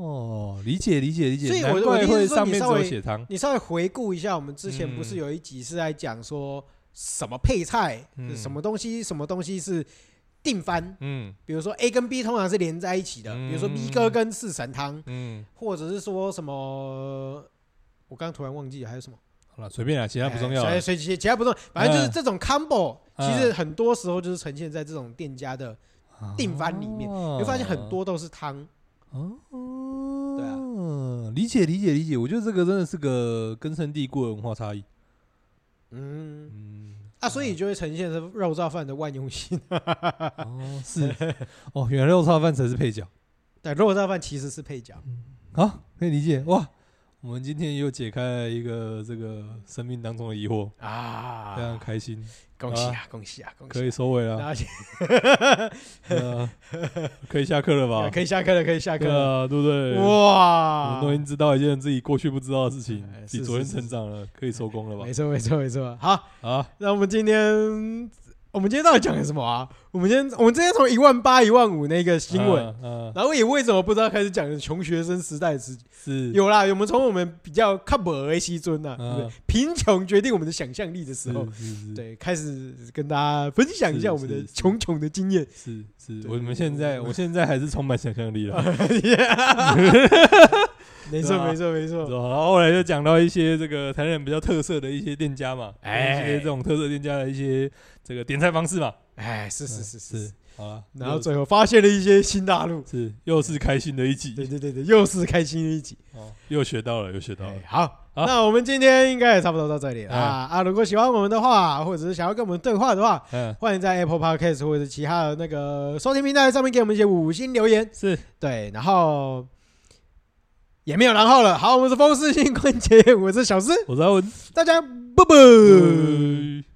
哦，理解理解理解，
所以我
难
的我
怪
的意思
会
是说
上
你
面只
稍
有
微
写汤，
你稍微回顾一下，我们之前不是有一集是在讲说什么配菜，
嗯
是什么东西，什么东西是定番？
嗯
比如说 A 跟 B 通常是连在一起的，
嗯
比如说 B 哥跟四神汤，
嗯，
或者是说什么。我刚刚突然忘记了还有什么，
好了，随便啦，其他不重要啦
哎，所以其其他不重要，反正就是
嗯
这种 combo，、
嗯
其实很多时候就是呈现在这种店家的，定番里面
你
你会发现很多都是汤，
哦，
对
啊，理解理解理解，我觉得这个真的是个根深蒂固的文化差异。
嗯
嗯，
啊，所以就会呈现是肉燥饭的万用性。
哦是，哦原来肉燥饭才是配角
对，肉燥饭其实是配角，
啊，可以理解哇。我们今天又解开了一个这个生命当中的疑惑，
啊
非常开心，
恭喜啊，恭喜啊，恭喜！
可以收尾了，
然后
那可以下课了吧？
可以下课了，可以下课
对
了。
啊，对不对？我
哇
们，都已经知道一件自己过去不知道的事情
哎，
你
是
昨天
是是
成长了，可以收工了吧
没？错，没错，没错。好，
啊，
那我们今天，我们今天到底讲了什么啊？我们今天，我们今天从一万八、一万五那个新闻，
啊，啊
然后也为什么不知道开始讲穷学生时代的事情？
是
有啦，我们从我们比较看不的西尊呐，对不对
嗯
贫穷决定我们的想象力的时候，
是是是
对，开始跟大家分享一下
是
我们的
是是
穷穷的经验。
是是，
对
我们现在我现在还是充满想象 力了，是
没
对
错，
啊
没错，没错。
吧？然后后来就讲到一些这个台南比较特色的一些店家嘛，
哎
一些这种特色店家的一些这个点菜方式嘛，
哎，是是是是
是。好了，
然后
又
最后发现了一些新大陆。
是又是开心的一集
对，对对对，又是开心一集。
哦，又学到了，又学到了
哎，，好，
好
那我们今天应该也差不多到这里了
哎
啊啊！如果喜欢我们的话，或者是想要跟我们对话的话，
嗯，
欢迎在 Apple Podcast 或者其他的那个收听平台上面给我们一些五星留言。
是
对，然后也没有然后了。好，我们是风湿性关节炎，我是小诗，
我是阿文。
呃大家啵啵。
拜拜